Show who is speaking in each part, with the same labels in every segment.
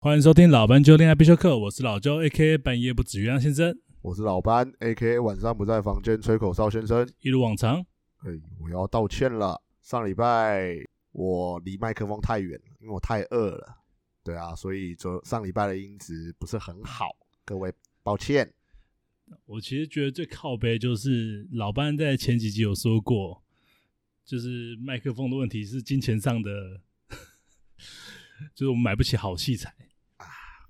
Speaker 1: 欢迎收听老班纠恋爱必修课，我是老周 A.K.A 半夜不止月亮先生，
Speaker 2: 我是老班，A K A 晚上不在房间吹口哨先生。
Speaker 1: 一如往常。
Speaker 2: 哎，我要道歉了，上礼拜我离麦克风太远了，因为我太饿了。对啊，所以昨上礼拜的音质不是很好，各位抱歉。
Speaker 1: 我其实觉得最靠背就是老班在前几集有说过，就是麦克风的问题是金钱上的， 就是我们买不起好器材。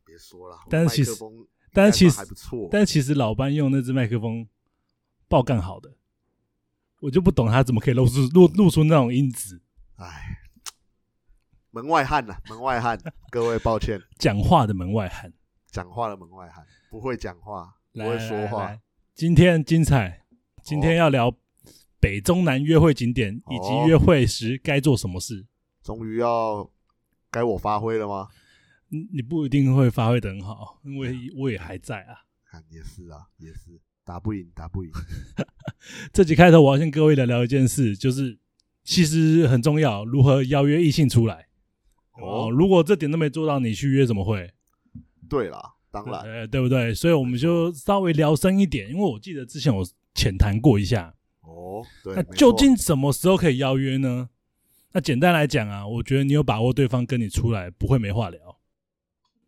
Speaker 2: 别说了，
Speaker 1: 但是其实
Speaker 2: 麦克风，
Speaker 1: 但是其实
Speaker 2: 还不错。
Speaker 1: 但其实老班用那只麦克风爆干好的，我就不懂他怎么可以露出露露出那种音质，
Speaker 2: 哎，门外汉呐、门外汉， 各位抱歉，
Speaker 1: 讲话的门外汉。
Speaker 2: 讲话的门外汉，不会讲话，不
Speaker 1: 来
Speaker 2: 会说
Speaker 1: 来
Speaker 2: 话
Speaker 1: 来。今天精彩，今天要聊北中南约会景点以及
Speaker 2: 哦
Speaker 1: 约会时该做什么事。
Speaker 2: 终于要该我发挥了吗？
Speaker 1: 你你不一定会发挥的很好，因
Speaker 2: 哎
Speaker 1: 为我也还在啊。
Speaker 2: 看也是啊，也是打不赢，打不赢。
Speaker 1: 这集开头我要先跟各位聊聊一件事，就是其实很重要，如何邀约异性出来。哦，
Speaker 2: 哦，
Speaker 1: 如果这点都没做到，你去约怎么会？
Speaker 2: 对啦，当然。
Speaker 1: 呃，对不对？所以我们就稍微聊深一点，因为我记得之前我浅谈过一下，
Speaker 2: 哦，对，
Speaker 1: 那
Speaker 2: 没
Speaker 1: 究
Speaker 2: 错
Speaker 1: 竟什么时候可以邀约呢？那简单来讲啊，我觉得你有把握对方跟你出来，不会没话聊。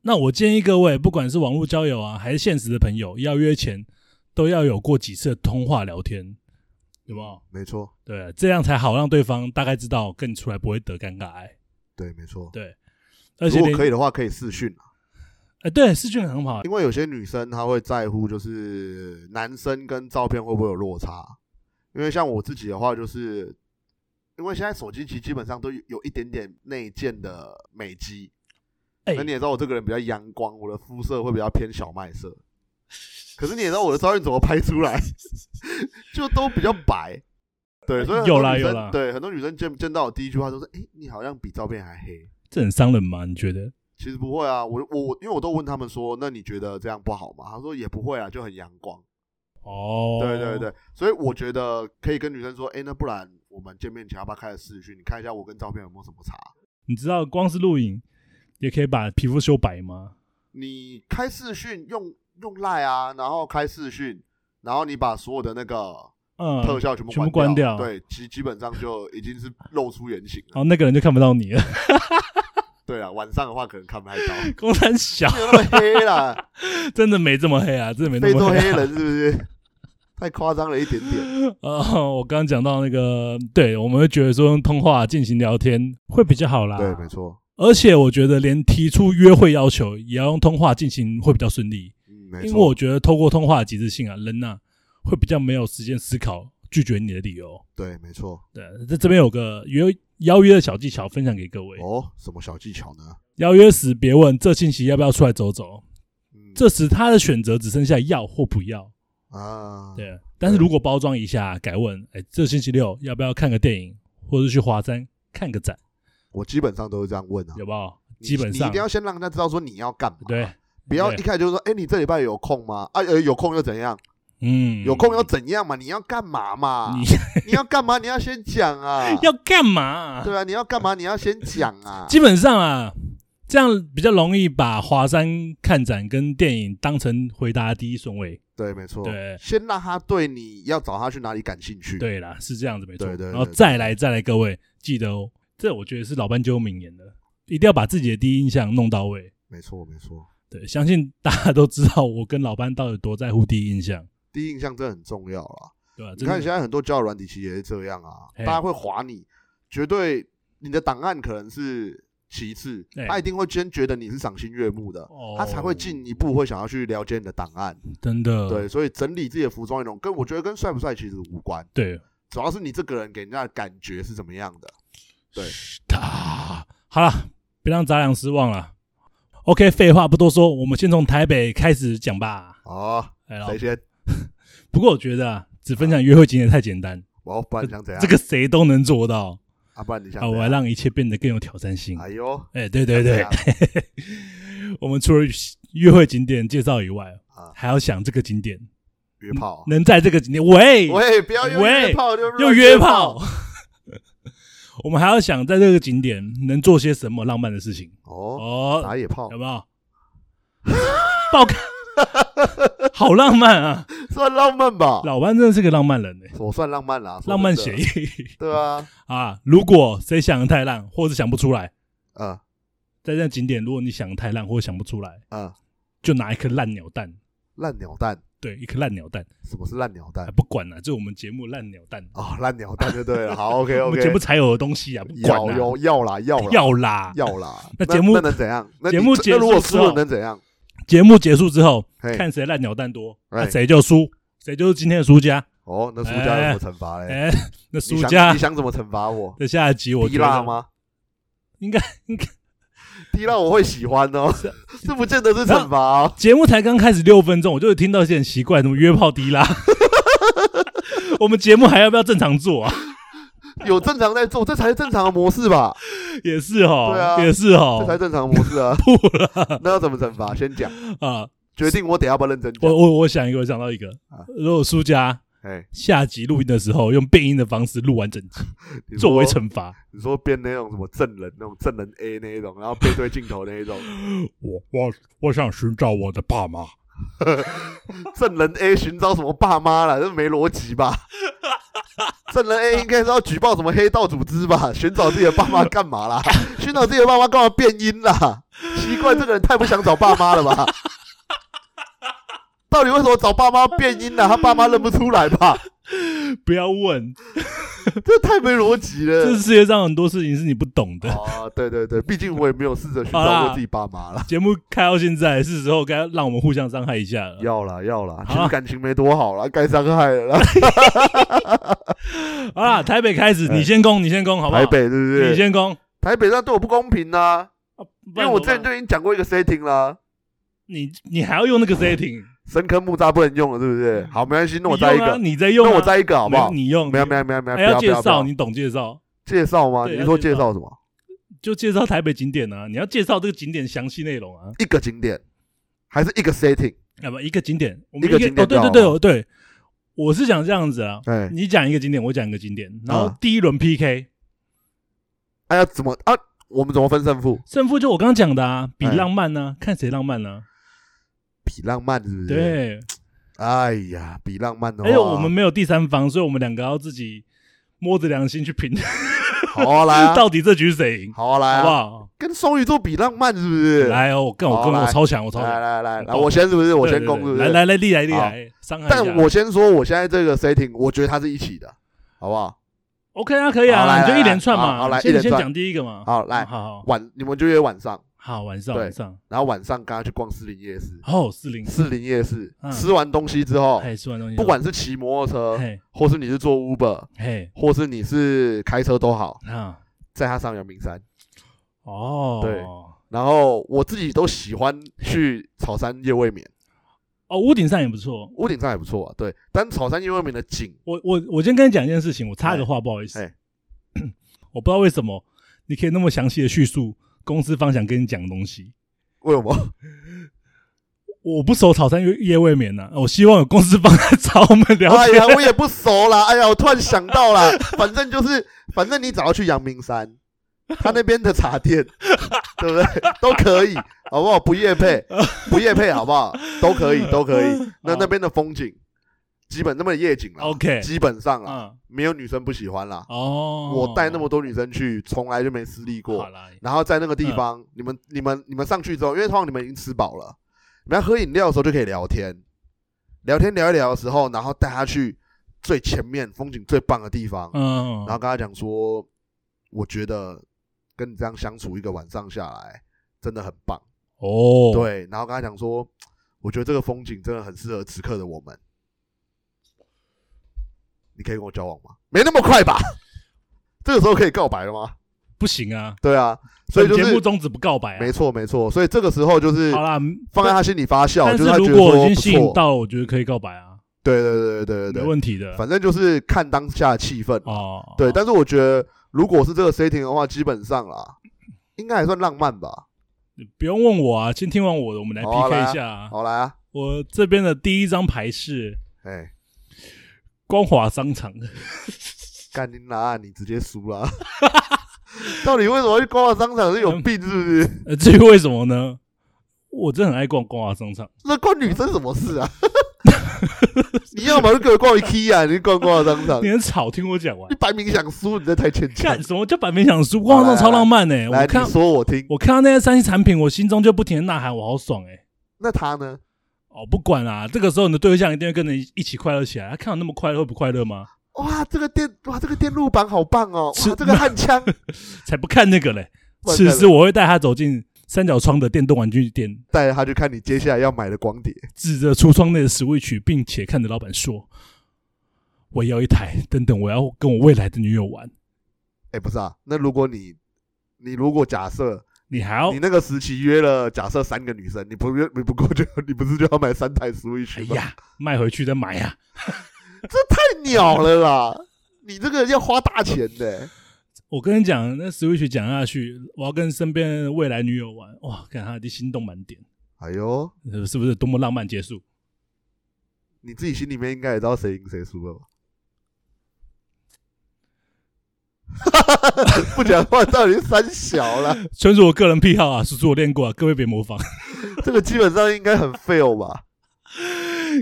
Speaker 1: 那我建议各位，不管是网络交友啊，还是现实的朋友，邀约前都要有过几次的通话聊天，有没有？
Speaker 2: 没错，
Speaker 1: 对，这样才好让对方大概知道跟你出来不会得尴尬癌。
Speaker 2: 对，没错。
Speaker 1: 对，而且
Speaker 2: 如果可
Speaker 1: 以，
Speaker 2: 以的话，可以视讯啊，
Speaker 1: 哎、对，试卷很好，
Speaker 2: 因为有些女生她会在乎，就是男生跟照片会不会有落差。啊因为像我自己的话，就是因为现在手机其实基本上都有有一点点内建的美肌，
Speaker 1: 哎、
Speaker 2: 那你也知道我这个人比较阳光，我的肤色会比较偏小麦色。可是你也知道我的照片怎么拍出来， 就都比较白。对，所以很多
Speaker 1: 哎有啦
Speaker 2: 女生
Speaker 1: 有啦
Speaker 2: 对很多女生见见到我第一句话都是：“哎、你好像比照片还黑。”
Speaker 1: 这很伤人吗？你觉得？
Speaker 2: 其实不会啊，我我因为我都问他们说，那你觉得这样不好吗？他说也不会啊，就很阳光。
Speaker 1: 哦，
Speaker 2: 对对，对，所以我觉得可以跟女生说，哎，那不然我们见面前要不要开个视讯？你看一下我跟照片有没有什么差？
Speaker 1: 你知道光是录影也可以把皮肤修白吗？
Speaker 2: 你开视讯用用赖啊，然后开视讯，然后你把所有的那个
Speaker 1: 嗯，
Speaker 2: 特效全部
Speaker 1: 全部
Speaker 2: 关
Speaker 1: 关掉哦
Speaker 2: 对，基基本上就已经是露出原形
Speaker 1: 然
Speaker 2: 了。
Speaker 1: 后那个人就看不到你了，
Speaker 2: 对啊，晚上的话可能看不太到，
Speaker 1: 公山小
Speaker 2: 没有那么黑 啦，
Speaker 1: 真的没这么黑啊，真的没
Speaker 2: 非
Speaker 1: 这
Speaker 2: 洲
Speaker 1: 么
Speaker 2: 黑
Speaker 1: 黑、啊。
Speaker 2: 人是不是？ 太夸张了一点点。
Speaker 1: 呃，我刚刚讲到那个，对我们会觉得说用通话进行聊天会比较好啦。
Speaker 2: 对，没错。
Speaker 1: 而且我觉得连提出约会要求也要用通话进行会比较顺利，
Speaker 2: 嗯，没错。
Speaker 1: 因为我觉得透过通话的极致性啊，人呐、会比较没有时间思考拒绝你的理由。
Speaker 2: 对，没错。
Speaker 1: 对，这这边有个约邀约的小技巧分享给各位。
Speaker 2: 哦，什么小技巧呢？
Speaker 1: 邀约时别问这星期要不要出来走走，
Speaker 2: 嗯，
Speaker 1: 这时他的选择只剩下要或不要。
Speaker 2: 啊，
Speaker 1: 对，但是如果包装一下，改问，哎，这星期六要不要看个电影，或者去华山看个展，
Speaker 2: 我基本上都是这样问啊。
Speaker 1: 有没有？
Speaker 2: 你
Speaker 1: 基本
Speaker 2: 你一
Speaker 1: 上
Speaker 2: 定，要先让人家知道说你要干嘛，
Speaker 1: 对，，
Speaker 2: 不要
Speaker 1: 对
Speaker 2: 一开始就说，哎，你这礼拜有空吗？啊，呃有空又怎样？
Speaker 1: 嗯，
Speaker 2: 有空又怎样嘛？你要干嘛嘛？
Speaker 1: 你
Speaker 2: 你要干嘛？你要先讲啊
Speaker 1: 。要干嘛？
Speaker 2: 对啊，你要干嘛？你要先讲 啊。
Speaker 1: 基本上啊，这样比较容易把华山看展跟电影当成回答的第一顺位。
Speaker 2: 对，没错。
Speaker 1: 对
Speaker 2: 先让他对你要找他去哪里感兴趣。，
Speaker 1: 对啦，是这样子没错。
Speaker 2: 对对对
Speaker 1: 然后再来再来，各位记得哦，这我觉得是老班鸠名言的，一定要把自己的第一印象弄到位。
Speaker 2: 没错，没错。
Speaker 1: 对，相信大家都知道我跟老班到底有多在乎第一印象，
Speaker 2: 第一印象真的很重要啦。
Speaker 1: 对吧、啊
Speaker 2: 你
Speaker 1: 真的
Speaker 2: 看现在很多交友软体其实也是这样啊，
Speaker 1: 嘿
Speaker 2: 大家会划你，绝对你的档案可能是其次
Speaker 1: 对，
Speaker 2: 他一定会先觉得你是赏心悦目的，
Speaker 1: 哦
Speaker 2: 他才会进一步会想要去了解你的档案。
Speaker 1: 真的，
Speaker 2: 对，所以整理自己的服装仪容，跟我觉得跟帅不帅其实无关，
Speaker 1: 对，
Speaker 2: 主要是你这个人给人家的感觉是怎么样的。对
Speaker 1: 啊，好了，别让杂粮失望了。OK，废话不多说，我们先从台北开始讲吧。
Speaker 2: 哦，
Speaker 1: 哎老
Speaker 2: 谁先？
Speaker 1: 不过我觉得啊，只分享约会景点太简单，
Speaker 2: 哦，不然你想怎样？
Speaker 1: 这个谁都能做到。
Speaker 2: 啊，不然你想
Speaker 1: 啊，
Speaker 2: 怎
Speaker 1: 我要
Speaker 2: 样？
Speaker 1: 让一切变得更有挑战性。
Speaker 2: 哎啊呦，
Speaker 1: 哎，对对
Speaker 2: 这
Speaker 1: 对
Speaker 2: 样，
Speaker 1: 我们除了约会景点介绍以外
Speaker 2: 啊，
Speaker 1: 还要想这个景点
Speaker 2: 约炮啊。
Speaker 1: 能在嗯这个景点，喂
Speaker 2: 喂，不要又
Speaker 1: 喂
Speaker 2: 约炮，又
Speaker 1: 又
Speaker 2: 乱
Speaker 1: 约炮。 我们还要想在这个景点能做些什么浪漫的事情
Speaker 2: 哦，
Speaker 1: 哦，
Speaker 2: 打野炮
Speaker 1: 有没有？ 爆 肝，好浪漫啊！
Speaker 2: 算浪漫吧？
Speaker 1: 老班真的是个浪漫人呢、欸
Speaker 2: 我算浪漫啦，说
Speaker 1: 浪漫
Speaker 2: 真
Speaker 1: 协
Speaker 2: 的
Speaker 1: 议
Speaker 2: 对啊，
Speaker 1: 啊！如果谁想的太烂，或是想不出来，
Speaker 2: 嗯
Speaker 1: 在这景点，如果你想的太烂或想不出来，
Speaker 2: 嗯，
Speaker 1: 就拿一颗烂鸟蛋，
Speaker 2: 烂鸟蛋，
Speaker 1: 对，一颗烂鸟蛋，
Speaker 2: 什么是烂鸟
Speaker 1: 啊、
Speaker 2: 蛋？
Speaker 1: 不管了、这是我们节目烂鸟蛋，
Speaker 2: 哦，烂鸟蛋就对 了。好，OK
Speaker 1: 我
Speaker 2: OK，
Speaker 1: 们节目才有的东西啊，不管
Speaker 2: 要
Speaker 1: 啦，
Speaker 2: 要
Speaker 1: 要
Speaker 2: 要啦要啦
Speaker 1: 啦！
Speaker 2: 要啦。
Speaker 1: 那节目
Speaker 2: 那能怎样？那你
Speaker 1: 节目
Speaker 2: 这
Speaker 1: 结
Speaker 2: 那
Speaker 1: 束
Speaker 2: 如果
Speaker 1: 之
Speaker 2: 输了
Speaker 1: 后
Speaker 2: 能怎样？
Speaker 1: 节目结束之后，
Speaker 2: 嘿，
Speaker 1: 看谁烂鸟蛋多，
Speaker 2: 哎
Speaker 1: 那谁就输，谁就是今天的输家。
Speaker 2: 哦，那输家有什么惩罚嘞？
Speaker 1: 哎， 那
Speaker 2: 你
Speaker 1: 输
Speaker 2: 想
Speaker 1: 家
Speaker 2: 你想怎么惩罚我？
Speaker 1: 的下一集，我
Speaker 2: 滴
Speaker 1: 觉
Speaker 2: 蜡
Speaker 1: 得
Speaker 2: 吗？
Speaker 1: 应该 应 该啊
Speaker 2: 滴蜡我会喜欢哦，这不见得是惩罚哦。
Speaker 1: 节目才刚开始六分钟，我就听到一些很奇怪，什么约炮 低啦。我们节目还要不要正常做啊？
Speaker 2: 有正常在做，这才是正常的模式吧？
Speaker 1: 也是哦，
Speaker 2: 对啊
Speaker 1: 也是
Speaker 2: 这才
Speaker 1: 哦，
Speaker 2: 是正常的模式啊。
Speaker 1: 不了
Speaker 2: 那要怎么惩罚？先讲，
Speaker 1: 啊！
Speaker 2: 决定我等一下要不要认真
Speaker 1: 我
Speaker 2: 讲。
Speaker 1: 我我想一个，我想到一个
Speaker 2: 啊，
Speaker 1: 如果输家
Speaker 2: 哎，
Speaker 1: 下集录音的时候用变音的方式录完整集，
Speaker 2: 你
Speaker 1: 作为
Speaker 2: 说
Speaker 1: 惩罚。
Speaker 2: 你说变那种什么证人，那种证人 A 那一种，然后背对镜头那一种，
Speaker 1: 我我我想寻找我的爸妈。
Speaker 2: 证人 A 寻找什么爸妈了？这没逻辑 吧？证人 A 应该是要举报什么黑道组织吧？寻找自己的爸妈干嘛啦？寻找自己的爸妈干嘛变音啦？奇怪，这个人太不想找爸妈 了吧？到底为什么找爸妈变音啊呢、他爸妈认不出来吧？
Speaker 1: 不要问，
Speaker 2: 这太没逻辑
Speaker 1: 这
Speaker 2: 了。
Speaker 1: 世界上很多事情是你不懂的。
Speaker 2: 哦，对对对，毕竟我也没有试着寻
Speaker 1: 好啦
Speaker 2: 找过自己爸妈 啦。
Speaker 1: 节目开到现在，是时候该让我们互相伤害一下了。
Speaker 2: 要啦要啦，
Speaker 1: 好
Speaker 2: 其实
Speaker 1: 啦
Speaker 2: 感情没多好啦，该伤害了啦。
Speaker 1: 好啦，台北开始，
Speaker 2: 哎
Speaker 1: 你先攻，你先攻，好不好？
Speaker 2: 台，北对不
Speaker 1: 你
Speaker 2: 对？
Speaker 1: 先攻。啊
Speaker 2: 台北那对我不公平啊呐、
Speaker 1: 因
Speaker 2: 因为我之前就已经讲过一个 setting 啦，
Speaker 1: 你你还要用那个 setting，
Speaker 2: 深坑木栅不能用了，对不对？好，没关哎系，那我
Speaker 1: 你用
Speaker 2: 再一
Speaker 1: 啊
Speaker 2: 个，
Speaker 1: 你再用啊，
Speaker 2: 那我再一个好不好？
Speaker 1: 没你用，啊哎
Speaker 2: 没有没有没有没有，不
Speaker 1: 还要
Speaker 2: 要不
Speaker 1: 介
Speaker 2: 要不
Speaker 1: 绍，
Speaker 2: 要
Speaker 1: 你懂介绍，
Speaker 2: 介绍吗？
Speaker 1: 对
Speaker 2: 你
Speaker 1: 要
Speaker 2: 是说
Speaker 1: 介
Speaker 2: 介
Speaker 1: 绍
Speaker 2: 绍什么？
Speaker 1: 就介绍台北景点啊，你要介绍这个景点详细内容啊，
Speaker 2: 一个景点还是一个 setting？
Speaker 1: 要不一个景点，我们
Speaker 2: 一个景点
Speaker 1: 哦，对对
Speaker 2: 就好
Speaker 1: 对哦对，我是想这样子啊，
Speaker 2: 哎，
Speaker 1: 你讲一个景点，我讲一个景点，然后
Speaker 2: 啊
Speaker 1: 第一轮 PK
Speaker 2: 哎呀，怎么啊？我们怎么分胜负？
Speaker 1: 胜负就我刚刚讲的啊，比
Speaker 2: 哎
Speaker 1: 浪漫呢，看谁浪漫呢？
Speaker 2: 比浪漫是不是？，
Speaker 1: 对，
Speaker 2: 哎呀，比浪漫的
Speaker 1: 而且
Speaker 2: 话，
Speaker 1: 我们没有第三方，所以我们两个要自己摸着良心去评，
Speaker 2: 好啊来啊，
Speaker 1: 到底这局谁赢，
Speaker 2: 好啊来
Speaker 1: 好不
Speaker 2: 啊，
Speaker 1: 好？
Speaker 2: 跟双鱼座比浪漫是不是？来
Speaker 1: 来哦，我跟我
Speaker 2: 好
Speaker 1: 跟我
Speaker 2: 来
Speaker 1: 超强，我超强
Speaker 2: 来，来来，来
Speaker 1: 我
Speaker 2: 我先是不是？我
Speaker 1: 对
Speaker 2: 先
Speaker 1: 对
Speaker 2: 攻
Speaker 1: 对
Speaker 2: 是不
Speaker 1: 来
Speaker 2: 是？
Speaker 1: 来来，历来历
Speaker 2: 好
Speaker 1: 来，伤害一下
Speaker 2: 但我先说，我现在这个 setting，我觉得它是一起的，好不好？
Speaker 1: OK 啊，可以
Speaker 2: 好
Speaker 1: 啊，
Speaker 2: 来
Speaker 1: 你就一
Speaker 2: 来
Speaker 1: 连串嘛，
Speaker 2: 好好来
Speaker 1: 先
Speaker 2: 一连
Speaker 1: 先
Speaker 2: 串
Speaker 1: 讲第一个嘛，
Speaker 2: 好，来
Speaker 1: 好好
Speaker 2: 晚，你们就约晚上，
Speaker 1: 好，晚上
Speaker 2: 对
Speaker 1: 晚上，
Speaker 2: 然后晚上跟他去逛士林夜市。
Speaker 1: 哦，四零，
Speaker 2: 士林夜市
Speaker 1: 嗯
Speaker 2: 吃完东西之后，
Speaker 1: 哎，吃完东西之后
Speaker 2: 不，管是骑摩托车，
Speaker 1: 嘿，
Speaker 2: 或是你是坐 Uber，
Speaker 1: 嘿，
Speaker 2: 或是你是开车都好，
Speaker 1: 啊，
Speaker 2: 载他上阳明山。
Speaker 1: 哦，
Speaker 2: 对然后我自己都喜欢去草山夜未眠，
Speaker 1: 哦，屋顶上也不错。
Speaker 2: 屋顶上也不错啊。对，但草山夜未眠的景，
Speaker 1: 我我我先跟你讲一件事情，我插个
Speaker 2: 哎
Speaker 1: 话，不好意思
Speaker 2: 哎，
Speaker 1: 我不知道为什么你可以那么详细的叙述公司方想跟你讲的东西。
Speaker 2: 为什么？
Speaker 1: 我不熟草山夜夜未眠呐、我希望有公司方来找我们聊
Speaker 2: 哎
Speaker 1: 天。
Speaker 2: 呀，我也不熟啦。哎呀，我突然想到啦， 反正就是，反正你只要去阳明山，他那边的茶 店，对不对？都可以，好不好？不 夜配，不夜配，好不好？都可以，都可以。那
Speaker 1: 好
Speaker 2: 那边的风景，基本那么夜景啦
Speaker 1: 嗯哦 OK
Speaker 2: 基本上啦，
Speaker 1: 嗯，
Speaker 2: 没有女生不喜欢啦。
Speaker 1: 哦，
Speaker 2: 我带那么多女生去，从来就没失利
Speaker 1: 好
Speaker 2: 过。
Speaker 1: 啦，
Speaker 2: 然后在那个地
Speaker 1: 嗯
Speaker 2: 方，你们、你们、你们上去之后，因为通常你们已经吃饱了，你们要喝饮料的时候就可以聊天，聊天聊一聊的时候，然后带他去最前面风景最棒的地方，
Speaker 1: 嗯，
Speaker 2: 然后跟他讲说，我觉得跟你这样相处一个晚上下来真的很棒，
Speaker 1: 哦，，
Speaker 2: 对，然后跟他讲说，我觉得这个风景真的很适合此刻的我们，你可以跟我交往吗？没那么快吧？ 这个时候可以告白了吗？
Speaker 1: 不行啊，
Speaker 2: 对啊，所以就
Speaker 1: 本节目
Speaker 2: 是
Speaker 1: 宗旨不告白啊。
Speaker 2: 没错没错，所以这个时候就是
Speaker 1: 好啦，
Speaker 2: 放在他心里发酵，
Speaker 1: 但
Speaker 2: 就是是他觉
Speaker 1: 如
Speaker 2: 得说
Speaker 1: 果已
Speaker 2: 不
Speaker 1: 经吸引
Speaker 2: 错，
Speaker 1: 到了，我觉得可以告白啊，
Speaker 2: 对对对对对
Speaker 1: 没
Speaker 2: 对，
Speaker 1: 问题的。
Speaker 2: 反正就是看当下的气氛，
Speaker 1: 哦，
Speaker 2: 对。但是我觉得如果是这个 setting 的话，基本上啦，应该还算浪漫吧。
Speaker 1: 不用问我啊，先听完我的，我们来
Speaker 2: 好啊
Speaker 1: PK
Speaker 2: 来啊
Speaker 1: 一下啊。
Speaker 2: 好来啊，
Speaker 1: 我这边的第一张牌是
Speaker 2: 哎，
Speaker 1: 光华商场，
Speaker 2: 干你拿你直接输了。
Speaker 1: 嗯
Speaker 2: 到底为什么去逛商场是有病是不是？
Speaker 1: 呃，至于为什么呢？我真的很爱逛光华商场，
Speaker 2: 那关女生什么 事啊？你要么就给我逛 IKEA，你啊逛逛商场
Speaker 1: 你，很吵，听我讲完
Speaker 2: 你。摆明想输，你在太牵强
Speaker 1: 看。什么叫版面想书？逛商场超浪漫呢、欸
Speaker 2: 来，
Speaker 1: 我看
Speaker 2: 你说我听。
Speaker 1: 我看到那些三 C 产品，我心中就不停的呐喊，我好爽哎、
Speaker 2: 那他呢？
Speaker 1: 哦，不管啦、这个时候你的对象一定会跟着一起快乐起来。他看我那么快乐，会不快乐吗？
Speaker 2: 哇，这个电哇，这个电路板好棒哦！
Speaker 1: 是
Speaker 2: 哇，这个焊枪，
Speaker 1: 才不看那个嘞！
Speaker 2: 不然
Speaker 1: 此
Speaker 2: 干
Speaker 1: 时
Speaker 2: 嘛
Speaker 1: 我会带他走进三角窗的电动玩具店，
Speaker 2: 带着他去看你接下来要买的光碟。
Speaker 1: 指着橱窗内的 Switch，并且看着老板说：“我要一台，等等，我要跟我未来的女友玩。
Speaker 2: 哎、不是啊，那如果你你如果假设”
Speaker 1: 你还要
Speaker 2: 你那个时期约了假设三个女生，你不约你不过就 你不是就要买三台 Switch
Speaker 1: 哎
Speaker 2: 吗？
Speaker 1: 呀，卖回去再买啊呀、
Speaker 2: 太鸟了啦！你这个要花大钱的、
Speaker 1: 我跟你讲，那 Switch 讲下去，我要跟身边的未来女友玩，哇，看他的心动满点，
Speaker 2: 哎呦，
Speaker 1: 呃是不是多么浪漫结束？
Speaker 2: 你自己心里面应该也知道谁赢谁输了吧？ 不讲话到底是三小啦，
Speaker 1: 纯属我个人癖好啊，叔叔我练过啊，各位别模仿。
Speaker 2: 这个基本上应该很 fail 吧？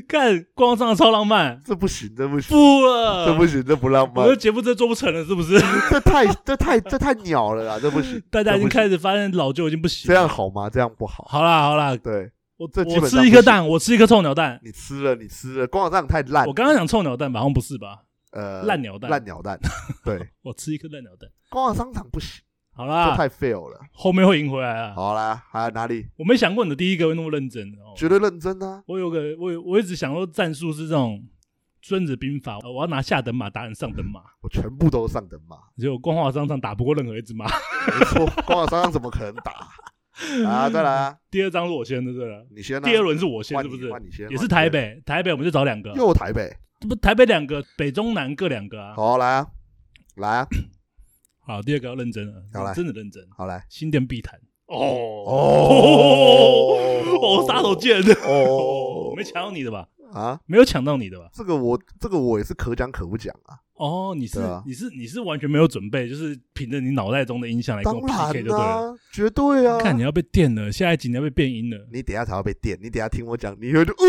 Speaker 1: 看光上超浪漫，
Speaker 2: 这不行，这不行，
Speaker 1: 不了，
Speaker 2: 这不行，这不浪
Speaker 1: 嗯我
Speaker 2: 漫
Speaker 1: 的，节目真的做不成了，是不 是？
Speaker 2: 这 太这太这太鸟了啦，这不行，
Speaker 1: 大家已经
Speaker 2: 这不行
Speaker 1: 开始发现老舅已经不行
Speaker 2: 这
Speaker 1: 了。
Speaker 2: 样好吗？这样不好。
Speaker 1: 好啦好啦，
Speaker 2: 对
Speaker 1: 我
Speaker 2: 这基本
Speaker 1: 我
Speaker 2: 上
Speaker 1: 吃一颗蛋，我吃一颗臭鸟蛋。
Speaker 2: 你吃了，你吃了，光这样太烂。
Speaker 1: 我刚刚讲臭鸟蛋吧，好像不是吧？
Speaker 2: 呃
Speaker 1: 烂鸟蛋
Speaker 2: 烂鸟蛋，对，
Speaker 1: 我吃一颗烂鸟蛋。
Speaker 2: 光华商场不行，
Speaker 1: 好
Speaker 2: 这
Speaker 1: 啦，
Speaker 2: 太 fail 了。
Speaker 1: 后面会赢回来啊！
Speaker 2: 好啦，还有哪里？
Speaker 1: 我没想过你的第一个会那么认真哦。
Speaker 2: 绝对认真啊！
Speaker 1: 我有个我有我一直想说战术是这种孙子兵法，呃我要拿下等马打你上等马，
Speaker 2: 我全部都上等马，
Speaker 1: 结果光华商场打不过任何一只马。
Speaker 2: 没 错，光华商场怎么可能打？啊，再来啊，
Speaker 1: 第二张是我先的，对了，
Speaker 2: 你先啊。
Speaker 1: 第二轮是我先，
Speaker 2: 换
Speaker 1: 是不
Speaker 2: 你
Speaker 1: 是？
Speaker 2: 换你先，
Speaker 1: 也是
Speaker 2: 换你
Speaker 1: 台
Speaker 2: 先，
Speaker 1: 北，啊台北我们就找两个，
Speaker 2: 又台北。
Speaker 1: 这不台北两个，北中南各两个啊。
Speaker 2: 好，来啊，来啊，
Speaker 1: 好，第二个要认真了
Speaker 2: 好来，
Speaker 1: 真的认真，
Speaker 2: 好来。
Speaker 1: 新店必谈。
Speaker 2: 哦
Speaker 1: 哦，杀手锏，
Speaker 2: 哦
Speaker 1: 哦， 没抢到你的吧？
Speaker 2: 啊，
Speaker 1: 没有抢到你的吧？
Speaker 2: 这个我这个我也是可讲可不讲啊，
Speaker 1: 哦，你是
Speaker 2: 对啊
Speaker 1: 你是你是完全没有准备，就是凭着你脑袋中的音响来跟
Speaker 2: 当
Speaker 1: 哎我
Speaker 2: 然
Speaker 1: PK 就对了。
Speaker 2: 啦、绝对啊。
Speaker 1: 看你要被电了，下一集你要被变音了。
Speaker 2: 你等一下才要被电，你等一下听我讲，你会就呃，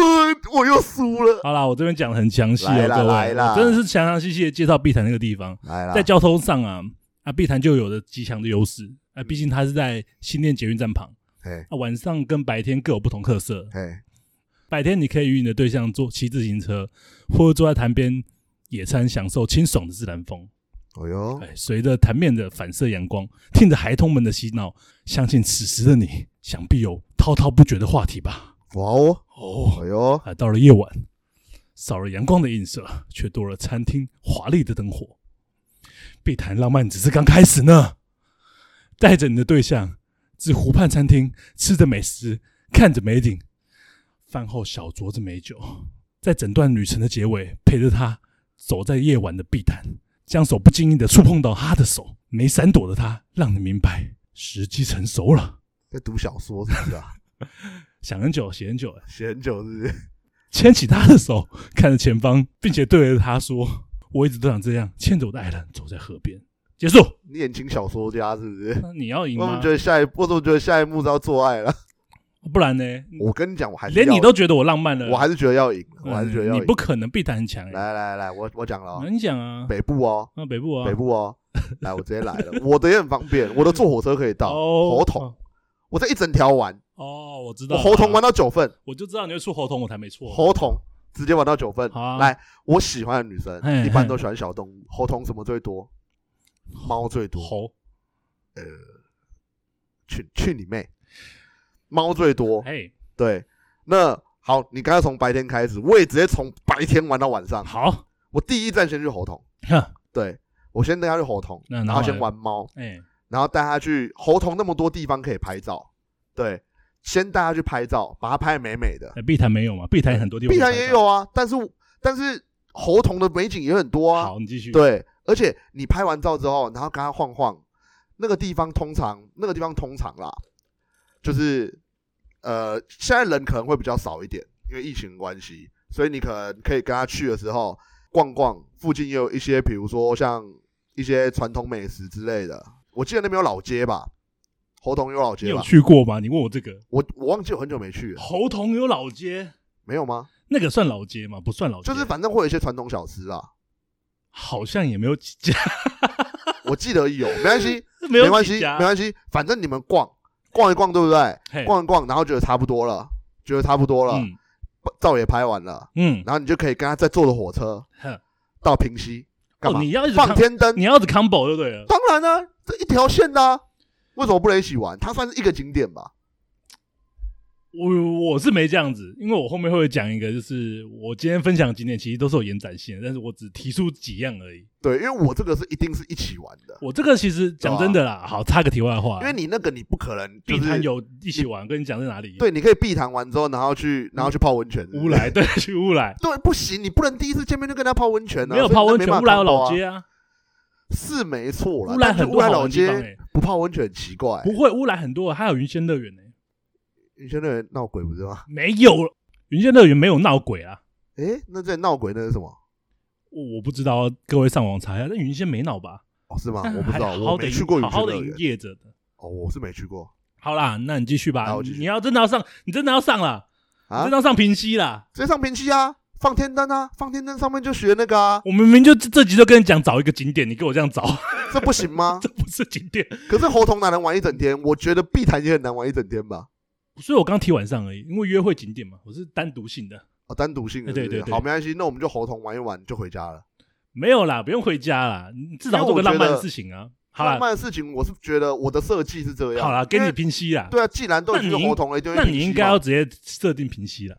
Speaker 2: 我又输了。
Speaker 1: 好啦，我这边讲的很详细
Speaker 2: 来
Speaker 1: 哦，
Speaker 2: 啦
Speaker 1: 各
Speaker 2: 来
Speaker 1: 位，
Speaker 2: 啦
Speaker 1: 我真的是详详细细的介绍碧潭那个地方，
Speaker 2: 来 啦，
Speaker 1: 在交通上啊，啊碧潭就有着极强的优势。啊，毕竟它是在新店捷运站旁，
Speaker 2: 嗯嘿，
Speaker 1: 啊晚上跟白天各有不同特色。
Speaker 2: 嘿，哎
Speaker 1: 白天你可以与你的对象坐骑自行车，或者坐在潭边野餐，享受清爽的自然风。
Speaker 2: 哦哟，
Speaker 1: 哎，随着潭面的反射阳光，听着孩童们的嬉闹，相信此时的你想必有滔滔不绝的话题吧？
Speaker 2: 哇哦，
Speaker 1: 哦，
Speaker 2: 哦哟，
Speaker 1: 啊，到了夜晚，少了阳光的映射，却多了餐厅华丽的灯火。碧潭浪漫只是刚开始呢。带着你的对象至湖畔餐厅，吃着美食，看着美景，饭后小酌着美酒，在整段旅程的结尾，陪着他走在夜晚的碧潭，将手不经意的触碰到他的手，没闪躲的他，让你明白时机成熟了。
Speaker 2: 在读小说是不是 啊？
Speaker 1: 想很久，写很久，
Speaker 2: 写很久是不是？
Speaker 1: 牵起他的手，看着前方，并且对着他说：“我一直都想这样，牵着我的爱人走在河边。”结束。
Speaker 2: 你眼睛小说家是不是？
Speaker 1: 那你要赢
Speaker 2: 我怎么
Speaker 1: 吗
Speaker 2: 觉？得下一，我怎么觉得下一幕是要做爱 了？
Speaker 1: 不然呢？
Speaker 2: 我跟你讲，我还是
Speaker 1: 连
Speaker 2: 要
Speaker 1: 你都觉得我浪漫了，
Speaker 2: 我还是觉得要赢，我还是觉得
Speaker 1: 嗯
Speaker 2: 要
Speaker 1: 你
Speaker 2: 赢
Speaker 1: 不。可能必谈很强欸。
Speaker 2: 来来来，我我讲了哦，
Speaker 1: 那你讲啊，
Speaker 2: 北部哦，
Speaker 1: 啊北部啊，
Speaker 2: 北部哦，来，我直接来了，我的也很方便，我的坐火车可以到，
Speaker 1: 哦
Speaker 2: 猴童，我这一整条玩，
Speaker 1: 哦，我知道
Speaker 2: 我
Speaker 1: 了，
Speaker 2: 猴童玩到九份，
Speaker 1: 我就知道你会出猴童，我才没错。
Speaker 2: 猴童直接玩到九份
Speaker 1: 好，啊
Speaker 2: 来，我喜欢的女生
Speaker 1: 嘿
Speaker 2: 一般都喜欢小动物，猴童什么最多？猫最多，
Speaker 1: 猴，
Speaker 2: 去去你妹！猫最多，
Speaker 1: 哎，
Speaker 2: 对。那好，你刚才从白天开始，我也直接从白天玩到晚上。
Speaker 1: 好，
Speaker 2: 我第一站先去猴童，
Speaker 1: 哼，
Speaker 2: 对我先带他去猴童，
Speaker 1: 那
Speaker 2: 然
Speaker 1: 然后
Speaker 2: 后先
Speaker 1: 嘞
Speaker 2: 玩猫，
Speaker 1: 哎，
Speaker 2: 然后带他去猴童那么多地方可以拍照，对，先带他去拍照，把他拍得美美的。
Speaker 1: 哎碧潭没有嘛？碧潭很多地方，
Speaker 2: 必然也有。啊，但是但是猴童的美景也很多啊，
Speaker 1: 好，你继续。，
Speaker 2: 对，而且你拍完照之后，然后跟他晃晃，那个地方通常那个地方通常啦，就是呃，现在人可能会比较少一点，因为疫情的关系，所以你可能可以跟他去的时候逛逛，附近也有一些，比如说像一些传统美食之类的。我记得那边有老街吧，侯同有老
Speaker 1: 你
Speaker 2: 街
Speaker 1: 有
Speaker 2: 吧？
Speaker 1: 去过吗？你问我这个，
Speaker 2: 我我忘记我很久没去了，
Speaker 1: 侯同有老街，
Speaker 2: 没有吗？
Speaker 1: 那个算老街吗？不算老街，
Speaker 2: 就是反正会有一些传统小吃啊啦，
Speaker 1: 好像也没有几 家，
Speaker 2: 我记 得有，没关系，
Speaker 1: 没
Speaker 2: 没
Speaker 1: 有
Speaker 2: 关
Speaker 1: 几
Speaker 2: 系，
Speaker 1: 家，
Speaker 2: 没关系，反正你们逛逛一逛，对不对？
Speaker 1: 嘿
Speaker 2: 逛一逛，然后觉得差不多了，觉得差不多了，
Speaker 1: 嗯
Speaker 2: 照也拍完了，
Speaker 1: 嗯，
Speaker 2: 然后你就可以跟他再坐的火车
Speaker 1: 哼
Speaker 2: 到平溪，干
Speaker 1: 嗯
Speaker 2: 嘛
Speaker 1: 哦，？你要一直
Speaker 2: 放
Speaker 1: com-
Speaker 2: 天灯，
Speaker 1: 你要一直 combo 就对了。
Speaker 2: 当然啦、这一条线的、啊，为什么不能一起玩？它算是一个景点吧？
Speaker 1: 我我是没这样子，因为我后面会讲一个，就是我今天分享的景点其实都是有延展性的，但是我只提出几样而已。
Speaker 2: 对，因为我这个是一定是一起玩的，
Speaker 1: 我这个其实讲真的啦，好插个题外话，
Speaker 2: 因为你那个你不可能就
Speaker 1: 碧
Speaker 2: 是
Speaker 1: 滩有一起玩，跟你讲在哪里？，
Speaker 2: 对，你可以避谈完之后，然后去然后去泡温泉，
Speaker 1: 嗯乌来，对，去乌来，
Speaker 2: 对，不行，你不能第一次见面就跟他泡温泉啊，
Speaker 1: 没有
Speaker 2: 所以
Speaker 1: 泡温
Speaker 2: 那没
Speaker 1: 泉，
Speaker 2: 办
Speaker 1: 乌
Speaker 2: 法
Speaker 1: 来有
Speaker 2: 泡
Speaker 1: 老
Speaker 2: 啊
Speaker 1: 街啊，
Speaker 2: 是没错啦，
Speaker 1: 乌来
Speaker 2: 但是
Speaker 1: 很
Speaker 2: 乌
Speaker 1: 多
Speaker 2: 来
Speaker 1: 好
Speaker 2: 老
Speaker 1: 玩的地方
Speaker 2: 街
Speaker 1: 哎，
Speaker 2: 不泡温泉很奇怪，
Speaker 1: 不会，乌来很多，还有云仙乐园呢，欸
Speaker 2: 你现在闹鬼不是吗？
Speaker 1: 没有云仙乐园没有闹鬼啊，
Speaker 2: 诶，那这闹鬼那是什么？
Speaker 1: 我我不知道，各位上网查一下，那云仙没闹吧？
Speaker 2: 哦，是吗？
Speaker 1: 但
Speaker 2: 我不知道，
Speaker 1: 还好
Speaker 2: 我
Speaker 1: 好的
Speaker 2: 没去过云
Speaker 1: 好好
Speaker 2: 轩
Speaker 1: 的
Speaker 2: 乐
Speaker 1: 营
Speaker 2: 园。
Speaker 1: 业着的。
Speaker 2: 哦，我是没去过
Speaker 1: 好啦，那你继续吧
Speaker 2: 好我继。续
Speaker 1: 你要真的要上，你真的要上了，你
Speaker 2: 啊
Speaker 1: 真，的要上平息啦。
Speaker 2: 直接上平溪啊，放天灯啊，放天灯上面就学那 个啊，
Speaker 1: 我明明就这这集就跟你讲找一个景点，你给我这样找，
Speaker 2: 这不行吗？
Speaker 1: 这不是景点。
Speaker 2: 可是猴童哪能玩一整天？我觉得碧潭也很难玩一整天吧。
Speaker 1: 所以我刚提晚上而已，因为约会景点嘛，我是单独性的，
Speaker 2: 哦，单独性的
Speaker 1: 对
Speaker 2: 是不是
Speaker 1: 对对
Speaker 2: 好，没关系，那我们就猴童玩一玩就回家了。
Speaker 1: 没有啦，不用回家啦，你至少做个浪漫的事情啊。好
Speaker 2: 浪
Speaker 1: 啦，
Speaker 2: 漫的事情，我是觉得我的设计是这样。
Speaker 1: 好啦，给
Speaker 2: 因
Speaker 1: 你
Speaker 2: 为
Speaker 1: 平息啦。
Speaker 2: 对啊，既然都已经
Speaker 1: 那
Speaker 2: 是
Speaker 1: 你
Speaker 2: 猴童了，一定会
Speaker 1: 那你
Speaker 2: 平息
Speaker 1: 应该
Speaker 2: 嘛
Speaker 1: 要直接设定平息了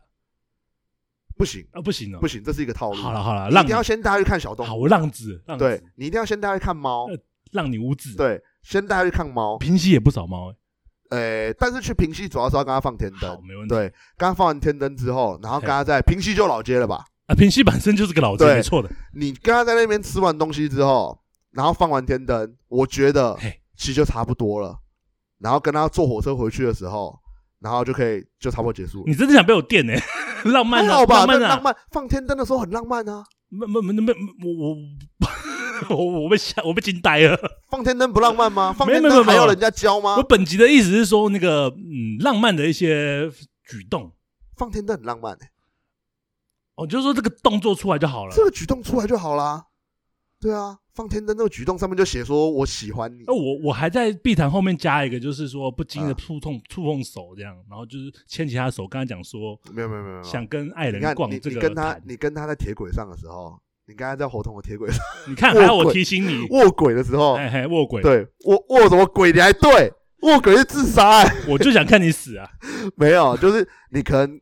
Speaker 2: 不行
Speaker 1: 啊，不行哦
Speaker 2: 不，行，这是一个套路。
Speaker 1: 好了，好了，
Speaker 2: 你一
Speaker 1: 浪
Speaker 2: 定要先带他去看小动
Speaker 1: 好
Speaker 2: 物，
Speaker 1: 我浪子，浪
Speaker 2: 对
Speaker 1: 子，
Speaker 2: 你一定要先带他去看猫
Speaker 1: 呃，浪你无子。
Speaker 2: 对，先带他去看猫。
Speaker 1: 平息也不少猫欸，
Speaker 2: 呃，但是去平溪主要是要跟他放天灯
Speaker 1: 好，，没问题。
Speaker 2: 对，跟他放完天灯之后，然后跟他在平溪就老街了吧？
Speaker 1: 啊，平息本身就是个老街，
Speaker 2: 对
Speaker 1: 没错的。
Speaker 2: 你跟他在那边吃完东西之后，然后放完天灯，我觉得
Speaker 1: 嘿
Speaker 2: 其实就差不多了。然后跟他坐火车回去的时候，然后就可以就差不多结束了。
Speaker 1: 你真的想被我电呢？ 浪漫
Speaker 2: 还
Speaker 1: 啊，
Speaker 2: 好
Speaker 1: 浪
Speaker 2: 吧？那
Speaker 1: 漫啊
Speaker 2: 浪，漫放天灯的时候很浪漫啊，
Speaker 1: 没没没没，我我我我被吓，我被惊呆了。
Speaker 2: 放天灯不浪漫吗？放天
Speaker 1: 没有
Speaker 2: 灯还
Speaker 1: 没有
Speaker 2: 要人家教吗
Speaker 1: 我？本集的意思是说，那个嗯，浪漫的一些举动，
Speaker 2: 放天灯很浪漫、欸，
Speaker 1: 哦，就是说这个动作出来就好了。
Speaker 2: 这个举动出来就好啦。对啊，放天灯那个举动上面就写说我喜欢你
Speaker 1: 那。我我还在碧潭后面加一个，就是说不
Speaker 2: 啊
Speaker 1: 经意的触碰触碰手这样，然后就是牵起他的手，跟他讲说
Speaker 2: 没有没有没有没有，
Speaker 1: 想跟爱
Speaker 2: 啊你
Speaker 1: 人
Speaker 2: 看
Speaker 1: 逛
Speaker 2: 你
Speaker 1: 这
Speaker 2: 你
Speaker 1: 个
Speaker 2: 跟他
Speaker 1: 潭。
Speaker 2: 你跟他在铁轨上的时候，你跟他在侯童的铁轨上
Speaker 1: 你看，还要
Speaker 2: 卧
Speaker 1: 我
Speaker 2: 轨
Speaker 1: 提醒你，
Speaker 2: 卧轨的时候，
Speaker 1: 哎嘿，卧轨，
Speaker 2: 对，卧卧什么鬼？你还对卧轨是自杀、欸？
Speaker 1: 我就想看你死啊！
Speaker 2: 没有，就是你可能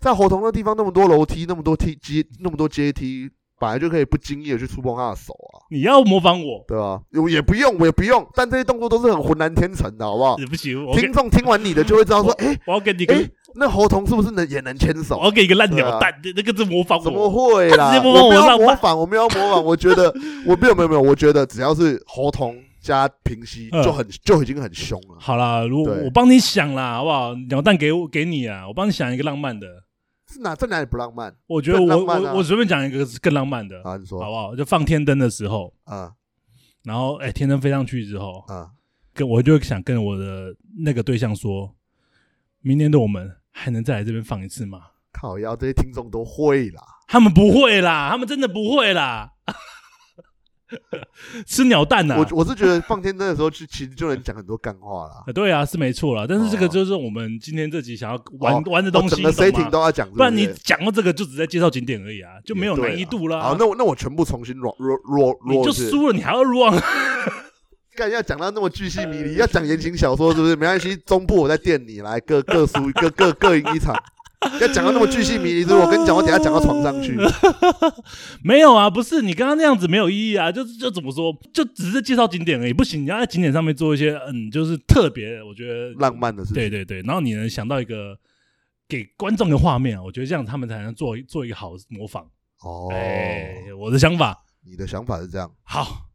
Speaker 2: 在侯童的地方那么多楼梯，那么多梯阶，那么多阶梯，本来就可以不经意的去触碰他的手啊，
Speaker 1: 你要模仿我，
Speaker 2: 对吧、我也不用，我也不用，但这些动作都是很浑然天成的，好不好？
Speaker 1: 对不行，我给
Speaker 2: 哦听众听完你的就会知道说，哎
Speaker 1: 我要给你一
Speaker 2: 哎、
Speaker 1: 个，
Speaker 2: 那侯童是不是能也能牵手
Speaker 1: 我？要给你一个烂
Speaker 2: 对
Speaker 1: 鸟
Speaker 2: 啊
Speaker 1: 蛋，那个是模仿
Speaker 2: 怎么
Speaker 1: 我，
Speaker 2: 会啦？
Speaker 1: 他直接模仿
Speaker 2: 我没
Speaker 1: 我
Speaker 2: 有
Speaker 1: 上班
Speaker 2: 模仿，我没有模 仿。我觉得我没有没有没有，我觉得只要是侯童加平息
Speaker 1: 嗯
Speaker 2: 就很就已经很凶了。
Speaker 1: 好啦，如果
Speaker 2: 对
Speaker 1: 我帮你想啦，好不好？鸟蛋给我给你啊，我帮你想一个浪漫的。
Speaker 2: 是哪这哪里不浪漫
Speaker 1: 我觉得
Speaker 2: 更
Speaker 1: 我、
Speaker 2: 浪漫啊
Speaker 1: 我我随便讲一个更浪漫的，
Speaker 2: 啊？你说
Speaker 1: 嗯好不好？就放天灯的时候，
Speaker 2: 啊
Speaker 1: 然后哎、天灯飞上去之后，
Speaker 2: 啊，
Speaker 1: 跟我就想跟我的那个对象说，明年的我们还能再来这边放一次吗？
Speaker 2: 靠腰这些听众都会啦。
Speaker 1: 他们不会啦，他们真的不会啦， 吃鸟蛋呐、啊
Speaker 2: 我我是觉得放天灯的时候，就其实就能讲很多干话啦。
Speaker 1: 啊，对啊，是没错啦，但是这个
Speaker 2: 哦
Speaker 1: 就是我们今天这集想要玩、
Speaker 2: 哦
Speaker 1: 玩的
Speaker 2: 我
Speaker 1: 东西，
Speaker 2: 整个 setting
Speaker 1: 懂吗？
Speaker 2: 都要讲，
Speaker 1: 不然你
Speaker 2: 是是
Speaker 1: 讲到这个就只在介绍景点而已啊，就没有
Speaker 2: 也对
Speaker 1: 难易度啦。
Speaker 2: 好，那我那我全部重新 roll roll roll
Speaker 1: 你
Speaker 2: roll
Speaker 1: 就
Speaker 2: 一次
Speaker 1: 输了，你还要 run？
Speaker 2: 干要讲到那么巨细迷离，
Speaker 1: 哎
Speaker 2: 要讲言情小说是不是？ 没关系，中部我再垫你来，各 各输各各各赢一场。要讲到那么巨细迷离，是不 是我跟你讲，我等一下讲到床上去。
Speaker 1: 没有啊，不是你刚刚那样子没有意义啊，就是就怎么说，就只是介绍景点而已，不行，你要在景点上面做一些嗯，就是特别，我觉得
Speaker 2: 浪漫的事
Speaker 1: 对
Speaker 2: 情，
Speaker 1: 对对，然后你能想到一个给观众的画面啊，我觉得这样他们才能做做一个好模仿。
Speaker 2: 哦，
Speaker 1: 哎，我的想法
Speaker 2: 你的想法是这样，
Speaker 1: 好，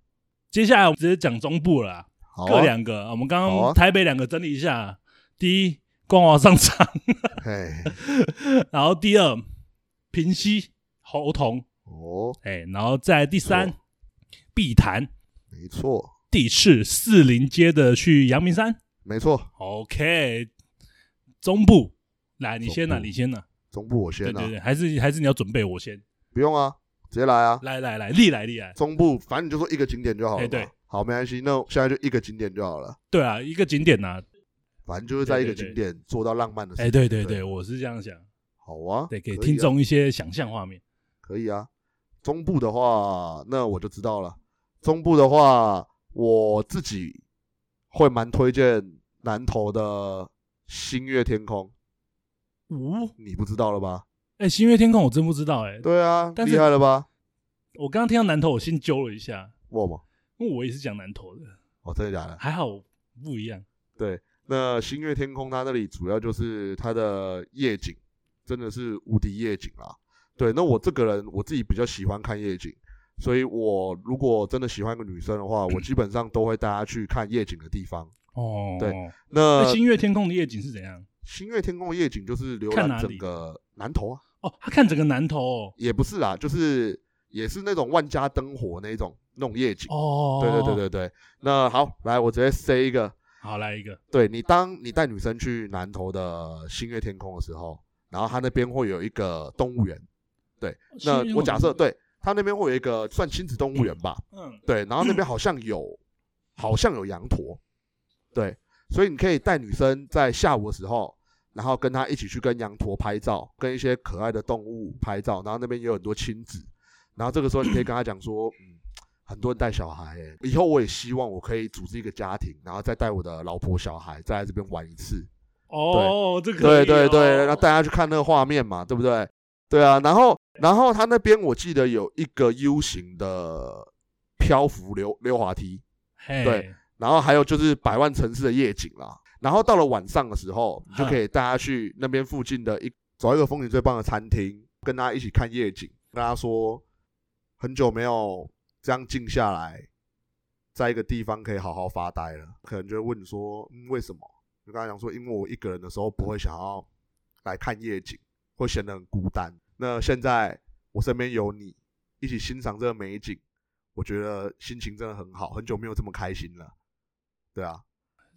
Speaker 1: 接下来我们直接讲中部了啊、
Speaker 2: 好
Speaker 1: 各
Speaker 2: 啊，
Speaker 1: 两个，我们刚
Speaker 2: 好
Speaker 1: 刚
Speaker 2: 啊
Speaker 1: 台北两个整理一下，第一光华商场，
Speaker 2: 嘿，
Speaker 1: 然后第二平西侯同，
Speaker 2: 哦，
Speaker 1: 哎，然后再来第三
Speaker 2: 错
Speaker 1: 碧潭。
Speaker 2: 没错，
Speaker 1: 第四四林街的去阳明山，
Speaker 2: 没错，
Speaker 1: OK，中部，来你先呐、啊
Speaker 2: 中部
Speaker 1: 你先呐、
Speaker 2: 中部我
Speaker 1: 对
Speaker 2: 先啊
Speaker 1: 对，对，还是还是你要准备，我先，
Speaker 2: 不用啊，直接来啊。
Speaker 1: 来来来，历来历来，
Speaker 2: 中部反正你就说一个景点就好了
Speaker 1: 哎
Speaker 2: 嘛。
Speaker 1: 对
Speaker 2: 好，没关系，那现在就一个景点就好了。
Speaker 1: 对啊，一个景点呐、啊，
Speaker 2: 反正就是在一个
Speaker 1: 对对对
Speaker 2: 景点做到浪漫的事。
Speaker 1: 哎，对对
Speaker 2: 对
Speaker 1: 对，我是这样想，
Speaker 2: 好啊，
Speaker 1: 对，给
Speaker 2: 可以
Speaker 1: 听
Speaker 2: 啊
Speaker 1: 众一些想象画面。
Speaker 2: 可以啊。中部的话，那我就知道了。中部的话，我自己会蛮推荐南投的星月天空，
Speaker 1: 五、
Speaker 2: 你不知道了吧？
Speaker 1: 哎，星月天空我真不知道哎、
Speaker 2: 对啊，
Speaker 1: 但是
Speaker 2: 厉害了吧？
Speaker 1: 我刚刚听到南投，我先揪了一下，
Speaker 2: 我吗？
Speaker 1: 因为我也是讲南投的，
Speaker 2: 哦，真的假的？
Speaker 1: 还好我不一样。
Speaker 2: 那星月天空它那里主要就是它的夜景，真的是无敌夜景啦。对，那我这个人我自己比较喜欢看夜景，所以我如果真的喜欢一个女生的话，我基本上都会带她去看夜景的地方。
Speaker 1: 哦，
Speaker 2: 对，呃
Speaker 1: 那
Speaker 2: 那
Speaker 1: 星月天空的夜景是怎样？
Speaker 2: 星月天空的夜景就是浏
Speaker 1: 看哪
Speaker 2: 览
Speaker 1: 里
Speaker 2: 整个南投啊，
Speaker 1: 哦，他看整个南投哦，
Speaker 2: 也不是啦，就是也是那种万家灯火那种那种夜景。
Speaker 1: 哦，
Speaker 2: 对对对，对对。那好，来我直接塞一个，
Speaker 1: 好来一个，
Speaker 2: 对你，当你带女生去南投的星月天空的时候，然后它那边会有一个动物园。那
Speaker 1: 星月
Speaker 2: 我假
Speaker 1: 天
Speaker 2: 设，
Speaker 1: 空，
Speaker 2: 对，它那边会有一个算亲子动物园吧？
Speaker 1: 嗯，
Speaker 2: 对，然后那边好像有，好像有羊驼。对，所以你可以带女生在下午的时候，然后跟她一起去跟羊驼拍照，跟一些可爱的动物拍照。然后那边也有很多亲子，然后这个时候你可以跟她讲说，嗯，很多人带小孩、欸，以后我也希望我可以组织一个家庭，然后再带我的老婆小孩再来这边玩一次。
Speaker 1: 哦，这个哦
Speaker 2: 对对对，那
Speaker 1: 那
Speaker 2: 带他去看那个画面嘛，对不对？对啊，然后然后他那边我记得有一个 U 型的漂浮溜溜滑梯，对，然后还有就是百万城市的夜景啦。然后到了晚上的时候，你就可以带他去那边附近的一找一个风景最棒的餐厅，跟他一起看夜景，跟他说很久没有这样静下来，在一个地方可以好好发呆了。可能就会问你说，嗯，为什么？就跟他讲说，因为我一个人的时候不会想要来看夜景，会显得很孤单。那现在我身边有你，一起欣赏这个美景，我觉得心情真的很好，很久没有这么开心了。对啊，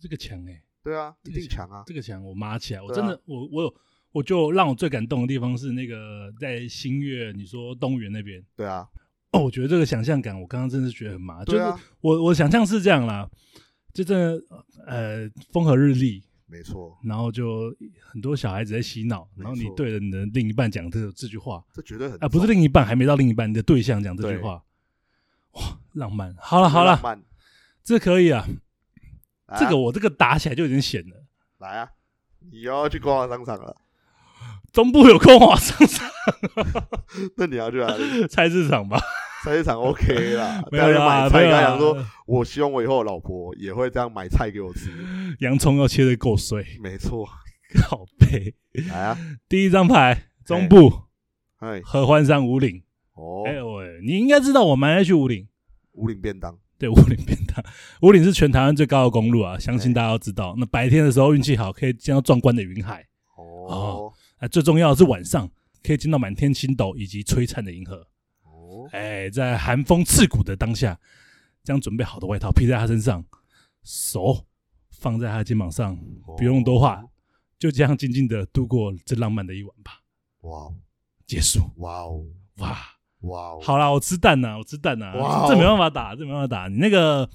Speaker 1: 这个强哎，
Speaker 2: 对啊，一
Speaker 1: 这个
Speaker 2: 定强啊！
Speaker 1: 这个强我麻起来，我
Speaker 2: 对啊
Speaker 1: 真的我我有。我就让我最感动的地方是那个在新月，你说动物园那边
Speaker 2: 对啊，
Speaker 1: 哦，我觉得这个想象感，我刚刚真的是觉得很麻，就
Speaker 2: 对
Speaker 1: 是
Speaker 2: 啊，
Speaker 1: 我我想象是这样啦，就真的呃风和日丽，
Speaker 2: 没错，
Speaker 1: 然后就很多小孩子在洗脑，
Speaker 2: 没
Speaker 1: 然后你
Speaker 2: 错
Speaker 1: 对着你的另一半讲这这句话
Speaker 2: 这绝对很
Speaker 1: 啊、不是
Speaker 2: 重
Speaker 1: 另一半，还没到另一半，你的对象讲这句
Speaker 2: 对
Speaker 1: 话，哇，浪漫！好了
Speaker 2: 浪
Speaker 1: 好了，
Speaker 2: 漫
Speaker 1: 这可以啊，
Speaker 2: 来啊
Speaker 1: 这个我这个打起来就有点险了。
Speaker 2: 来啊，你又要去光华商场了，
Speaker 1: 中部有空华商场、
Speaker 2: 那你要去哪里？
Speaker 1: 菜市场 吧？
Speaker 2: 菜市场 OK 啦，
Speaker 1: 没有
Speaker 2: 大家
Speaker 1: 啦，
Speaker 2: 买菜
Speaker 1: 没有
Speaker 2: 跟他
Speaker 1: 啦
Speaker 2: 讲。说，我希望我以后的老婆也会这样买菜给我吃。
Speaker 1: 洋葱要切的够碎，
Speaker 2: 没错，
Speaker 1: 好背。
Speaker 2: 来啊，
Speaker 1: 第一张牌，中部
Speaker 2: 哎，
Speaker 1: 合欢山五岭。
Speaker 2: 哦，
Speaker 1: 哎、喂，你应该知道我蛮爱去五岭。
Speaker 2: 五岭便当，
Speaker 1: 对， 五岭便当，五岭是全台湾最高的公路啊，相信大家都知道。那白天的时候运气好，可以见到壮观的云海
Speaker 2: 哦
Speaker 1: 啊，最重要的是晚上可以见到满天星斗以及璀璨的银河。
Speaker 2: 哦，
Speaker 1: 哎，在寒风刺骨的当下，将准备好的外套披在他身上，手放在他的肩膀上，不用多话，就这样静静的度过这浪漫的一晚吧。
Speaker 2: 哇哦
Speaker 1: 结束，
Speaker 2: 哇哦
Speaker 1: 哇！
Speaker 2: 哇哦，
Speaker 1: 好啦，我吃蛋呐，我吃蛋呐，
Speaker 2: 哇哦
Speaker 1: 这没办法打，这没办法打，你那个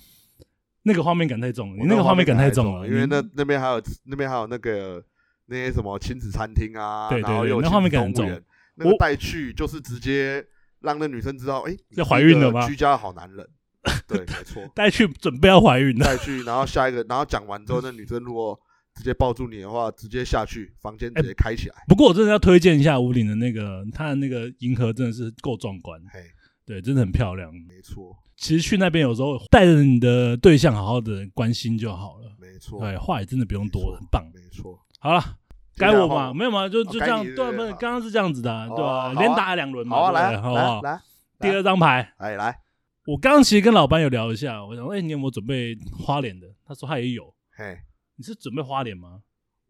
Speaker 1: 那个画面感太重了，你那个画面感太重了，
Speaker 2: 因为
Speaker 1: 你
Speaker 2: 那那边还有那边还有那个那些什么亲子餐厅啊，
Speaker 1: 对对
Speaker 2: 然后
Speaker 1: 对
Speaker 2: 又有
Speaker 1: 那画面
Speaker 2: 亲子
Speaker 1: 感很
Speaker 2: 动物
Speaker 1: 重
Speaker 2: 园那个
Speaker 1: 我
Speaker 2: 带去就是直接让那女生知道，哎，你
Speaker 1: 这
Speaker 2: 是
Speaker 1: 怀
Speaker 2: 一
Speaker 1: 孕
Speaker 2: 个
Speaker 1: 了吗
Speaker 2: 居家的好男人， 对，没错，
Speaker 1: 带去准备要怀孕了。
Speaker 2: 带去，然后下一个，然后讲完之后，那女生如果直接抱住你的话，直接下去房间
Speaker 1: 哎
Speaker 2: 直接开起来，
Speaker 1: 不过我真的要推荐一下五岭的那个，它的那个银河真的是够壮观，
Speaker 2: 嘿，
Speaker 1: 对，真的很漂亮。
Speaker 2: 没错，
Speaker 1: 其实去那边有时候带着你的对象好好的关心就好了，
Speaker 2: 没错，
Speaker 1: 对，话也真的不用
Speaker 2: 没
Speaker 1: 多，
Speaker 2: 错
Speaker 1: 很棒。
Speaker 2: 没错，
Speaker 1: 好了，哎该我嘛？
Speaker 2: 嘛？
Speaker 1: 没有嘛？就
Speaker 2: 哦
Speaker 1: 就这
Speaker 2: 该
Speaker 1: 样，
Speaker 2: 你
Speaker 1: 对啊，
Speaker 2: 对
Speaker 1: 不是
Speaker 2: 好
Speaker 1: 刚刚是这样子的啊，
Speaker 2: 哦
Speaker 1: 对
Speaker 2: 好
Speaker 1: 吧？
Speaker 2: 啊
Speaker 1: 连打两轮嘛，
Speaker 2: 好
Speaker 1: 对
Speaker 2: 啊，
Speaker 1: 不
Speaker 2: 来
Speaker 1: 对哎好
Speaker 2: 来
Speaker 1: 不好？
Speaker 2: 来，
Speaker 1: 第二张牌，
Speaker 2: 哎来，
Speaker 1: 我刚刚其实跟老班有聊一下，我想说，哎，你有没有准备花脸的？他说他也有。
Speaker 2: 嘿，
Speaker 1: 你是准备花脸吗？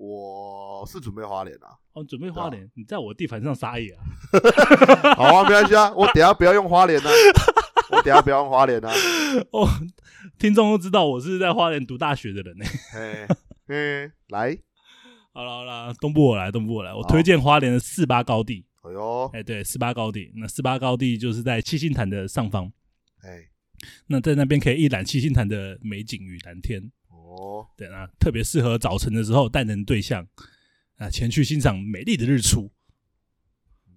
Speaker 2: 我是准备花脸啊，
Speaker 1: 哦，你准备花脸，你在我地盘上撒野啊？
Speaker 2: 好啊，没关系啊，我等一下不要用花脸啊，我等一下不要用花脸啊，
Speaker 1: 哦，听众都知道我是在花莲读大学的人呢。
Speaker 2: 嘿，嗯，来，
Speaker 1: 好了好了，东部我来，东部我来，我
Speaker 2: 好
Speaker 1: 推荐花莲的四八高地。
Speaker 2: 哎呦，
Speaker 1: 哎，对，四八高地，那四八高地就是在七星潭的上方，
Speaker 2: 哎，
Speaker 1: 那在那边可以一览七星潭的美景与蓝天。
Speaker 2: 哦，
Speaker 1: 对啊，那特别适合早晨的时候带人对象啊前去欣赏美丽的日出，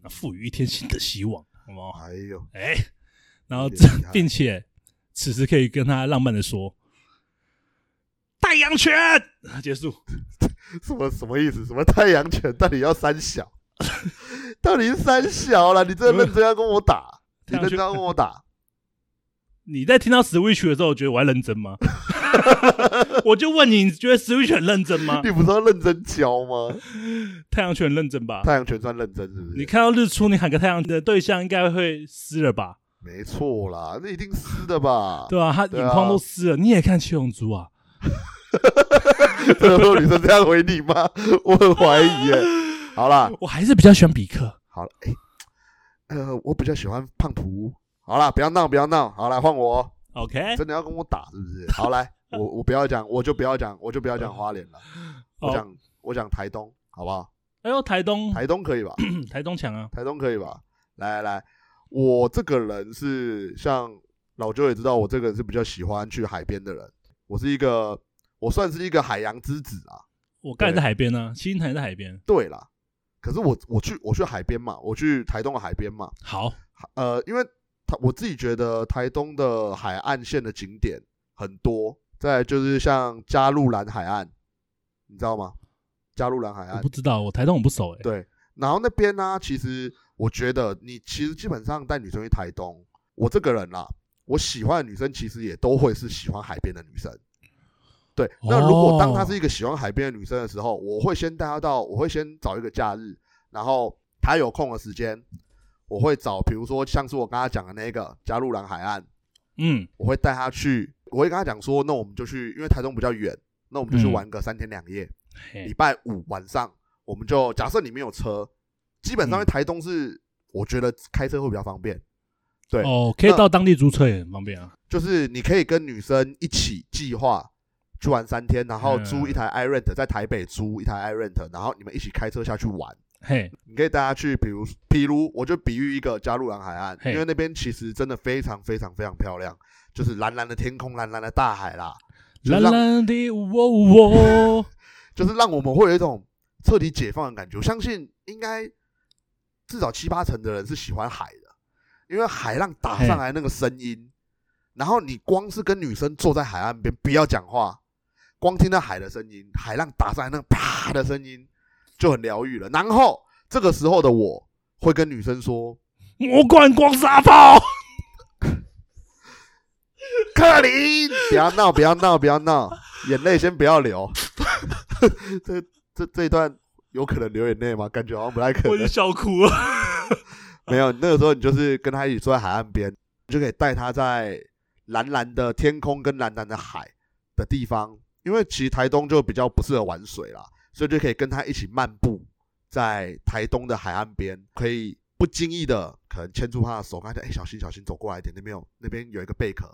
Speaker 1: 那赋予一天新的希望，好吗？
Speaker 2: 哎呦，
Speaker 1: 哎，然后
Speaker 2: 有点厉害
Speaker 1: 并且此时可以跟他浪漫的说：“太阳拳结束。
Speaker 2: 什么什么意思？什么太阳拳到底要三小？ 到底是三小了？你真的认真要跟我打？你
Speaker 1: 太
Speaker 2: 认
Speaker 1: 阳
Speaker 2: 真
Speaker 1: 拳
Speaker 2: 要跟我打？
Speaker 1: 你在听到 Switch 的时候，觉得我在认真吗？ 我就问你，你觉得 Switch 很认真吗
Speaker 2: 你？不是要认真教吗？
Speaker 1: 太阳拳很认真吧？
Speaker 2: 太阳拳算认真是不
Speaker 1: 啊你
Speaker 2: 是？
Speaker 1: 看到日出，你喊个太阳的对象应该会湿了吧？
Speaker 2: 没错啦，那一定湿的吧？
Speaker 1: 对吧、他
Speaker 2: 对
Speaker 1: 眼
Speaker 2: 啊
Speaker 1: 眶都湿了，你也看七龙珠啊？
Speaker 2: 这个时候女生这样回你吗？我很怀疑耶。好啦，
Speaker 1: 我还是比较喜欢比克。
Speaker 2: 好了，哎、呃，我比较喜欢胖图。好啦，不要闹，不要闹。好，来换我。
Speaker 1: OK，
Speaker 2: 真的要跟我打是不是？好，来，我我不要讲，我就不要讲，我就不要讲花莲了，
Speaker 1: 好
Speaker 2: 我讲我讲台东，好不好？
Speaker 1: 哦哎呦，台东，
Speaker 2: 台东可以吧？
Speaker 1: 嗯台东强啊！
Speaker 2: 台东可以吧？来来来，我这个人是像老舅也知道，我这个人是比较喜欢去海边的人，我是一个我算是一个海洋之子啊。
Speaker 1: 我刚才
Speaker 2: 对
Speaker 1: 在海边呢、啊，七星潭也在海边。
Speaker 2: 对啦，可是我我去我去海边嘛，我去台东的海边嘛，
Speaker 1: 好，
Speaker 2: 呃，因为他我自己觉得台东的海岸线的景点很多，再来就是像嘉路兰海岸，你知道吗？嘉路兰海
Speaker 1: 我
Speaker 2: 岸
Speaker 1: 不，知道，我台东我不熟哎、
Speaker 2: 啊对。然后那边呢、其实我觉得你其实基本上带女生去台东，我这个人啦、我喜欢的女生其实也都会是喜欢海边的女生。对，那如果当她是一个喜欢海边的女生的时候，我会先带她到，我会先找一个假日，然后她有空的时间，我会找，比如说像是我刚刚讲的那个加路兰海岸，
Speaker 1: 嗯，
Speaker 2: 我会带她去，我会跟她讲说，那我们就去，因为台东比较远，那我们就去
Speaker 1: 嗯
Speaker 2: 玩个三天两夜，礼
Speaker 1: 嘿，
Speaker 2: 拜五晚上，我们就假设你没有车，基本上
Speaker 1: 嗯
Speaker 2: 因为台东是、我觉得开车会比较方便，对
Speaker 1: 哦，可以到当地租车也很方便啊。
Speaker 2: 就是你可以跟女生一起计划去玩三天，然后
Speaker 1: 嗯
Speaker 2: 租一台 iRent 在台北租一台 iRent，然后你们一起开车下去玩。
Speaker 1: 嘿，
Speaker 2: 你可以带她去，比如比如我就比喻一个加路兰海岸，
Speaker 1: 嘿
Speaker 2: 因为那边其实真的非常非常非常漂亮，就是蓝蓝的天空，蓝蓝的大海啦，就是
Speaker 1: 蓝
Speaker 2: 让
Speaker 1: 蓝的哦我我，
Speaker 2: 就是让我们会有一种彻底解放的感觉。我相信应该至少七八成的人是喜欢海的，因为海浪打上来那个声音，然后你光是跟女生坐在海岸边不要讲话，光听到海的声音，海浪打上来那个啪的声音就很疗愈了。然后这个时候的我会跟女生说
Speaker 1: 魔罐光沙炮。：“
Speaker 2: 克林，不要闹，不要闹，不要闹，眼泪先不要流。 这”这这一段有可能流眼泪吗？感觉好像不太可
Speaker 1: 我
Speaker 2: 能
Speaker 1: 已。经笑哭了。
Speaker 2: 没有，那个时候你就是跟他一起坐在海岸边，你就可以带他在蓝蓝的天空跟蓝蓝的海的地方，因为其实台东就比较不适合玩水啦，所以就可以跟他一起漫步在台东的海岸边，可以不经意的可能牵住他的手，跟他讲：“哎、小心小心，走过来一点，那边有那边有一个贝壳，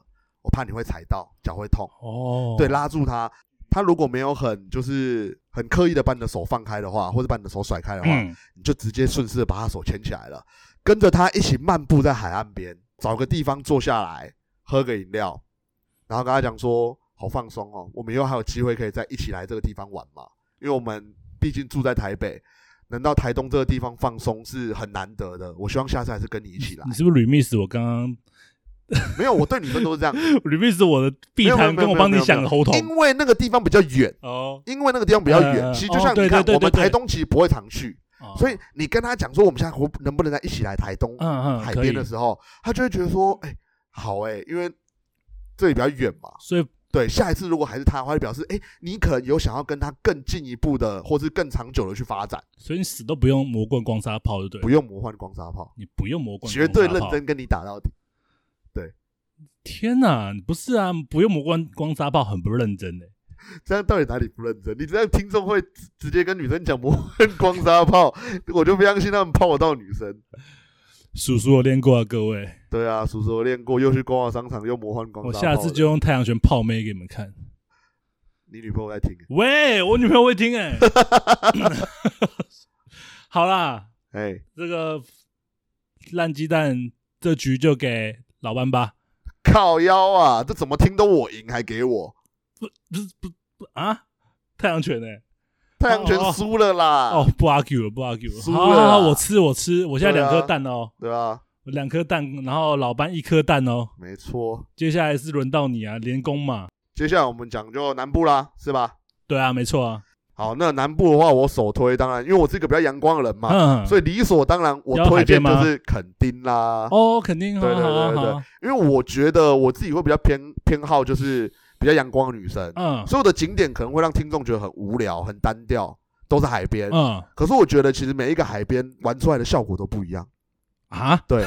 Speaker 2: 我怕你会踩到，脚会痛。”
Speaker 1: 哦，
Speaker 2: 对，拉住他。他如果没有很就是很刻意的把你的手放开的话，或者把你的手甩开的话，
Speaker 1: 嗯，
Speaker 2: 你就直接顺势地把他手牵起来了，跟着他一起漫步在海岸边，找个地方坐下来，喝个饮料，然后跟他讲说：“好放松哦，我们以后还有机会可以再一起来这个地方玩嘛？因为我们毕竟住在台北，能到台东这个地方放松是很难得的。我希望下次还是跟你一起来
Speaker 1: 你。是不是 remiss 我刚刚
Speaker 2: 没有，我对女生都是 这样，
Speaker 1: remiss 我的避谈，
Speaker 2: 没有没有
Speaker 1: 跟我帮你
Speaker 2: 没有没有
Speaker 1: 想的喉头
Speaker 2: 因为那个地方比较远，
Speaker 1: 哦，
Speaker 2: 因为那个地方比较远。
Speaker 1: 呃
Speaker 2: 其实就像
Speaker 1: 哦对
Speaker 2: 你看，
Speaker 1: 对对
Speaker 2: 我们
Speaker 1: 对对
Speaker 2: 台东其实不会常去，
Speaker 1: 哦
Speaker 2: 所以你跟他讲说我们现在可能不能再一起来台东
Speaker 1: 嗯嗯，
Speaker 2: 海
Speaker 1: 可
Speaker 2: 边
Speaker 1: 以
Speaker 2: 的时候，他就会觉得说，哎、好哎、因为这里比较远嘛。
Speaker 1: 所以
Speaker 2: 对，下一次如果还是他的话，就表示，哎、你可能有想要跟他更进一步的，或是更长久的去发展，
Speaker 1: 所以你死都不用魔棍光沙炮，对不
Speaker 2: 不
Speaker 1: 对？
Speaker 2: 用魔幻光沙炮，
Speaker 1: 你不用魔棍，
Speaker 2: 绝对认。真跟你打到底。
Speaker 1: 天哪，你不是啊？不用魔棍光沙炮很不认真的、欸
Speaker 2: 这样到底哪里不认真？你这样听众会直直接跟女生讲魔幻光沙炮，我就不相信他们泡得到女生。
Speaker 1: 叔叔，我练过啊，各位，
Speaker 2: 对啊，叔叔我练过，又去逛逛商场，又魔幻光
Speaker 1: 我
Speaker 2: 沙炮的。
Speaker 1: 下次就用太阳拳泡妹给你们看。
Speaker 2: 你女朋友在听，
Speaker 1: 喂，我女朋友会听 哎、 好啦，
Speaker 2: 哎，
Speaker 1: 这个烂鸡蛋这局就给老班吧。
Speaker 2: 靠腰啊，这怎么听都我赢，还给我
Speaker 1: 啊，太阳拳哎、
Speaker 2: 太阳拳
Speaker 1: 哦
Speaker 2: 输了啦，
Speaker 1: 哦，不 argue 了，不 argue 了。
Speaker 2: 啊输
Speaker 1: 好
Speaker 2: 了啦啊
Speaker 1: 好好，我吃，我吃，我现在
Speaker 2: 对
Speaker 1: 两
Speaker 2: 啊
Speaker 1: 颗蛋哦，
Speaker 2: 对啊，
Speaker 1: 我两颗蛋，然后老班一颗蛋哦。
Speaker 2: 没错。
Speaker 1: 接下来是轮到你啊，连攻嘛。
Speaker 2: 接下来我们讲就南部啦，是吧？
Speaker 1: 对啊，没错啊。
Speaker 2: 好，那南部的话，我首推当然，因为我是一个比较阳光的人嘛，
Speaker 1: 嗯，
Speaker 2: 啊所
Speaker 1: 以
Speaker 2: 以理所当然我
Speaker 1: 要海
Speaker 2: 推
Speaker 1: 边
Speaker 2: 荐
Speaker 1: 吗
Speaker 2: 就是垦丁啦。
Speaker 1: 哦，肯定好
Speaker 2: 对对
Speaker 1: 好好
Speaker 2: 对对
Speaker 1: 好，
Speaker 2: 因为我觉得我自己会比较偏偏好就是比较阳光的女生，
Speaker 1: 嗯
Speaker 2: 所有的景点可能会让听众觉得很无聊、很单调，都是海边。
Speaker 1: 嗯
Speaker 2: 可是我觉得其实每一个海边玩出来的效果都不一样，
Speaker 1: 啊，
Speaker 2: 对，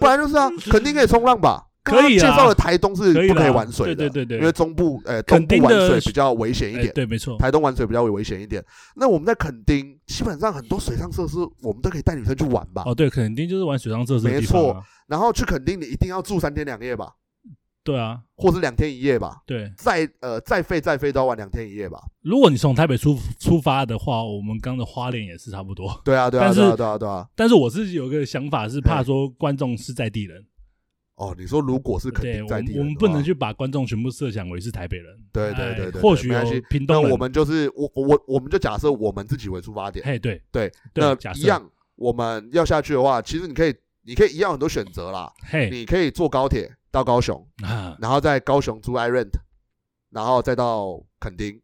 Speaker 2: 不 然就是啊，肯定可以冲浪吧。
Speaker 1: 可以啊
Speaker 2: 刚刚介绍的台东是
Speaker 1: 可以
Speaker 2: 不可以
Speaker 1: 啦
Speaker 2: 玩水的，
Speaker 1: 对对对对
Speaker 2: 因为中部呃东
Speaker 1: 垦
Speaker 2: 部
Speaker 1: 丁
Speaker 2: 玩
Speaker 1: 的
Speaker 2: 水比较危险一
Speaker 1: 哎
Speaker 2: 点，
Speaker 1: 对，没错。
Speaker 2: 台东玩水比较危险一点。那我们在垦丁，基本上很多水上设施我们都可以带女生去玩吧。
Speaker 1: 哦，对，肯定就是玩水上设施的
Speaker 2: 没
Speaker 1: 地方、啊。
Speaker 2: 然后去垦丁，你一定要住三天两夜吧，
Speaker 1: 对啊，
Speaker 2: 或是两天一夜吧，
Speaker 1: 对。
Speaker 2: 再呃再费再费都要玩两天一夜吧。
Speaker 1: 如果你从台北出出发的话，我们刚的花莲也是差不多。
Speaker 2: 对啊，对啊，
Speaker 1: 但是
Speaker 2: 对啊，对啊，对啊。
Speaker 1: 但是我自己有个想法是，
Speaker 2: 哎
Speaker 1: 怕说观众是在地人，
Speaker 2: 哦，你说如果是垦
Speaker 1: 对，
Speaker 2: 丁
Speaker 1: 我
Speaker 2: 在
Speaker 1: 们
Speaker 2: 地人的话
Speaker 1: 我们不能去把观众全部设想为是台北人。
Speaker 2: 对对
Speaker 1: 哎
Speaker 2: 对对对
Speaker 1: 或许
Speaker 2: 没关系
Speaker 1: 有屏
Speaker 2: 那
Speaker 1: 东人，
Speaker 2: 我们就是我我我们就假设我们自己为出发点，
Speaker 1: 嘿对
Speaker 2: 对，
Speaker 1: 对，
Speaker 2: 那
Speaker 1: 假
Speaker 2: 一
Speaker 1: 设
Speaker 2: 样我们要下去的话，其实你可以你可以一样很多选择啦，
Speaker 1: 嘿
Speaker 2: 你可以坐高铁到高雄，
Speaker 1: 啊
Speaker 2: 然后在高雄租 iRent，然后再到垦丁，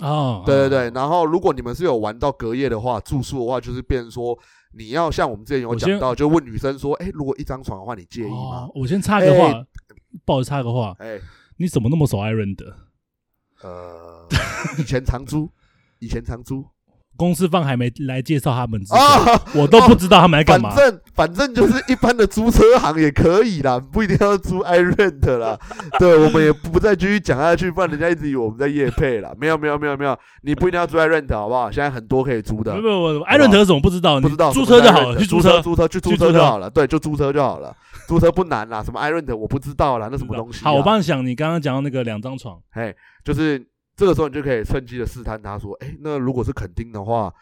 Speaker 1: 哦，
Speaker 2: 对对
Speaker 1: 啊，
Speaker 2: 对。然后如果你们是有玩到隔夜的话，住宿的话，就是变成说你要像我们之前有
Speaker 1: 我
Speaker 2: 讲
Speaker 1: 先
Speaker 2: 到，就问女生说，哎，如果一张床的话，你介意吗
Speaker 1: 哦？我先插个话
Speaker 2: 哎，
Speaker 1: 不好意思插个话，
Speaker 2: 哎，
Speaker 1: 你怎么那么熟艾伦的？
Speaker 2: 呃，以前常租， 以前常租
Speaker 1: 公司方还没来介绍他们之前，
Speaker 2: 啊。
Speaker 1: 我都不知道他们在干
Speaker 2: 反
Speaker 1: 嘛。
Speaker 2: 正反正就是一般的租车行也可以啦，不一定要租 iRent 啦。对，我们也不再继续讲下去，不然人家一直以为我们在夜配啦。没有没有没有没有，你不一定要租 iRent 好不好？现在很多可以租的
Speaker 1: 不。不不，艾伦德怎么不知道？
Speaker 2: 不知道
Speaker 1: 啊你租
Speaker 2: 什么
Speaker 1: 车
Speaker 2: 是
Speaker 1: 就好
Speaker 2: iRent
Speaker 1: 了，去
Speaker 2: 租
Speaker 1: 租车。
Speaker 2: 租车去租
Speaker 1: 去
Speaker 2: 车
Speaker 1: 租
Speaker 2: 就
Speaker 1: 车
Speaker 2: 好了。对，就租车就好了，租车不难啦。什么 iRent 我不知道啦，那什么东西啊、
Speaker 1: 好，我帮你想，你刚刚讲到那个两张床，
Speaker 2: 哎，就是这个时候你就可以趁机的试探他说，哎，那如果是垦丁的话，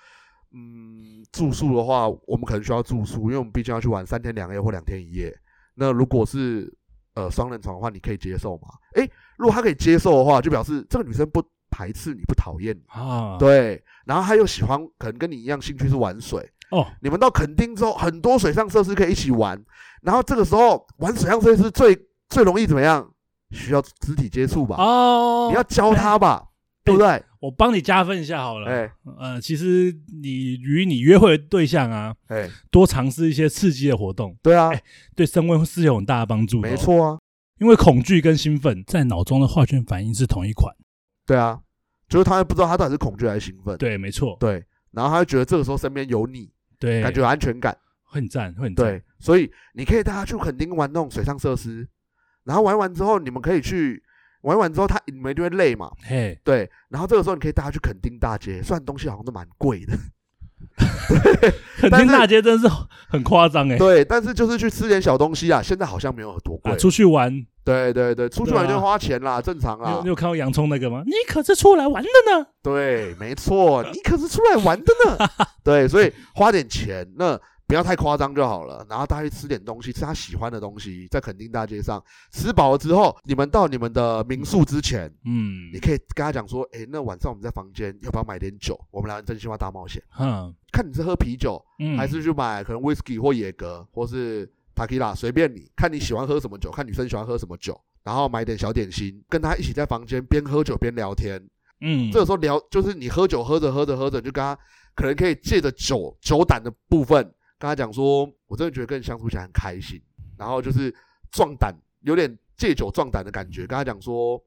Speaker 2: 嗯，住宿的话，我们可能需要住宿，因为我们毕竟要去玩三天两夜或两天一夜。那如果是呃双人床的话，你可以接受吗？哎，如果他可以接受的话，就表示这个女生不排斥你，不讨厌你，
Speaker 1: 啊，
Speaker 2: 对。然后她又喜欢，可能跟你一样兴趣是玩水。
Speaker 1: 哦，
Speaker 2: 你们到垦丁之后，很多水上设施可以一起玩，然后这个时候玩水上设施最最容易怎么样？需要肢体接触吧？
Speaker 1: 哦，
Speaker 2: 你要教他吧，对不对？
Speaker 1: 我帮你加分一下好了。
Speaker 2: 哎
Speaker 1: 呃，其实你与你约会的对象啊，
Speaker 2: 哎，
Speaker 1: 多尝试一些刺激的活动，
Speaker 2: 对啊，
Speaker 1: 哎对升温是有很大的帮助的哦
Speaker 2: 没，错啊，
Speaker 1: 因为恐惧跟兴奋在脑中的化学反应是同一款。
Speaker 2: 对啊，就是他会不知道他到底是恐惧还是兴奋，
Speaker 1: 对，没错，
Speaker 2: 对，然后他就觉得这个时候身边有你，
Speaker 1: 对，
Speaker 2: 感觉有安全感，
Speaker 1: 会很赞，会很赞。
Speaker 2: 对，所以你可以带他去垦丁玩那种水上设施，然后玩完之后你们可以去玩完之后他你们一定会累嘛，
Speaker 1: 嘿，
Speaker 2: 对，然后这个时候你可以带他去垦丁大街，虽然东西好像都蛮贵的，
Speaker 1: 肯
Speaker 2: 但是
Speaker 1: 丁大街真是很夸张哎。
Speaker 2: 对，但是就是去吃点小东西啊，现在好像没有多贵
Speaker 1: 啊，，出去玩，你
Speaker 2: 对对对，出去
Speaker 1: 对
Speaker 2: 玩
Speaker 1: 啊
Speaker 2: 就花钱啦，正常啊啦
Speaker 1: 有你，有看到洋葱那个吗？你可是出来玩的呢。
Speaker 2: 对，没错，你可是出来玩的 呢。对，所以花点钱，那不要太夸张就好了。然后大家去吃点东西，吃他喜欢的东西，在垦丁大街上吃饱了之后，你们到你们的民宿之前，
Speaker 1: 嗯
Speaker 2: 你，可以跟他讲说，诶，那晚上我们在房间要不要买点酒？我们来玩真心话大冒险，
Speaker 1: 哼，
Speaker 2: 看你是喝啤酒，
Speaker 1: 嗯，
Speaker 2: 还是去买可能 whisky 或野格，或是 t a k i l a 随便你，看你喜欢喝什么酒，看女生喜欢喝什么酒，然后买点小点心，跟他一起在房间边喝酒边聊天。
Speaker 1: 嗯，
Speaker 2: 这个时候聊就是你喝酒喝着喝着喝着，你就跟他可能可以借着酒酒胆的部分跟他讲说，我真的觉得跟你相处起来很开心，然后就是壮胆，有点借酒壮胆的感觉，跟他讲说，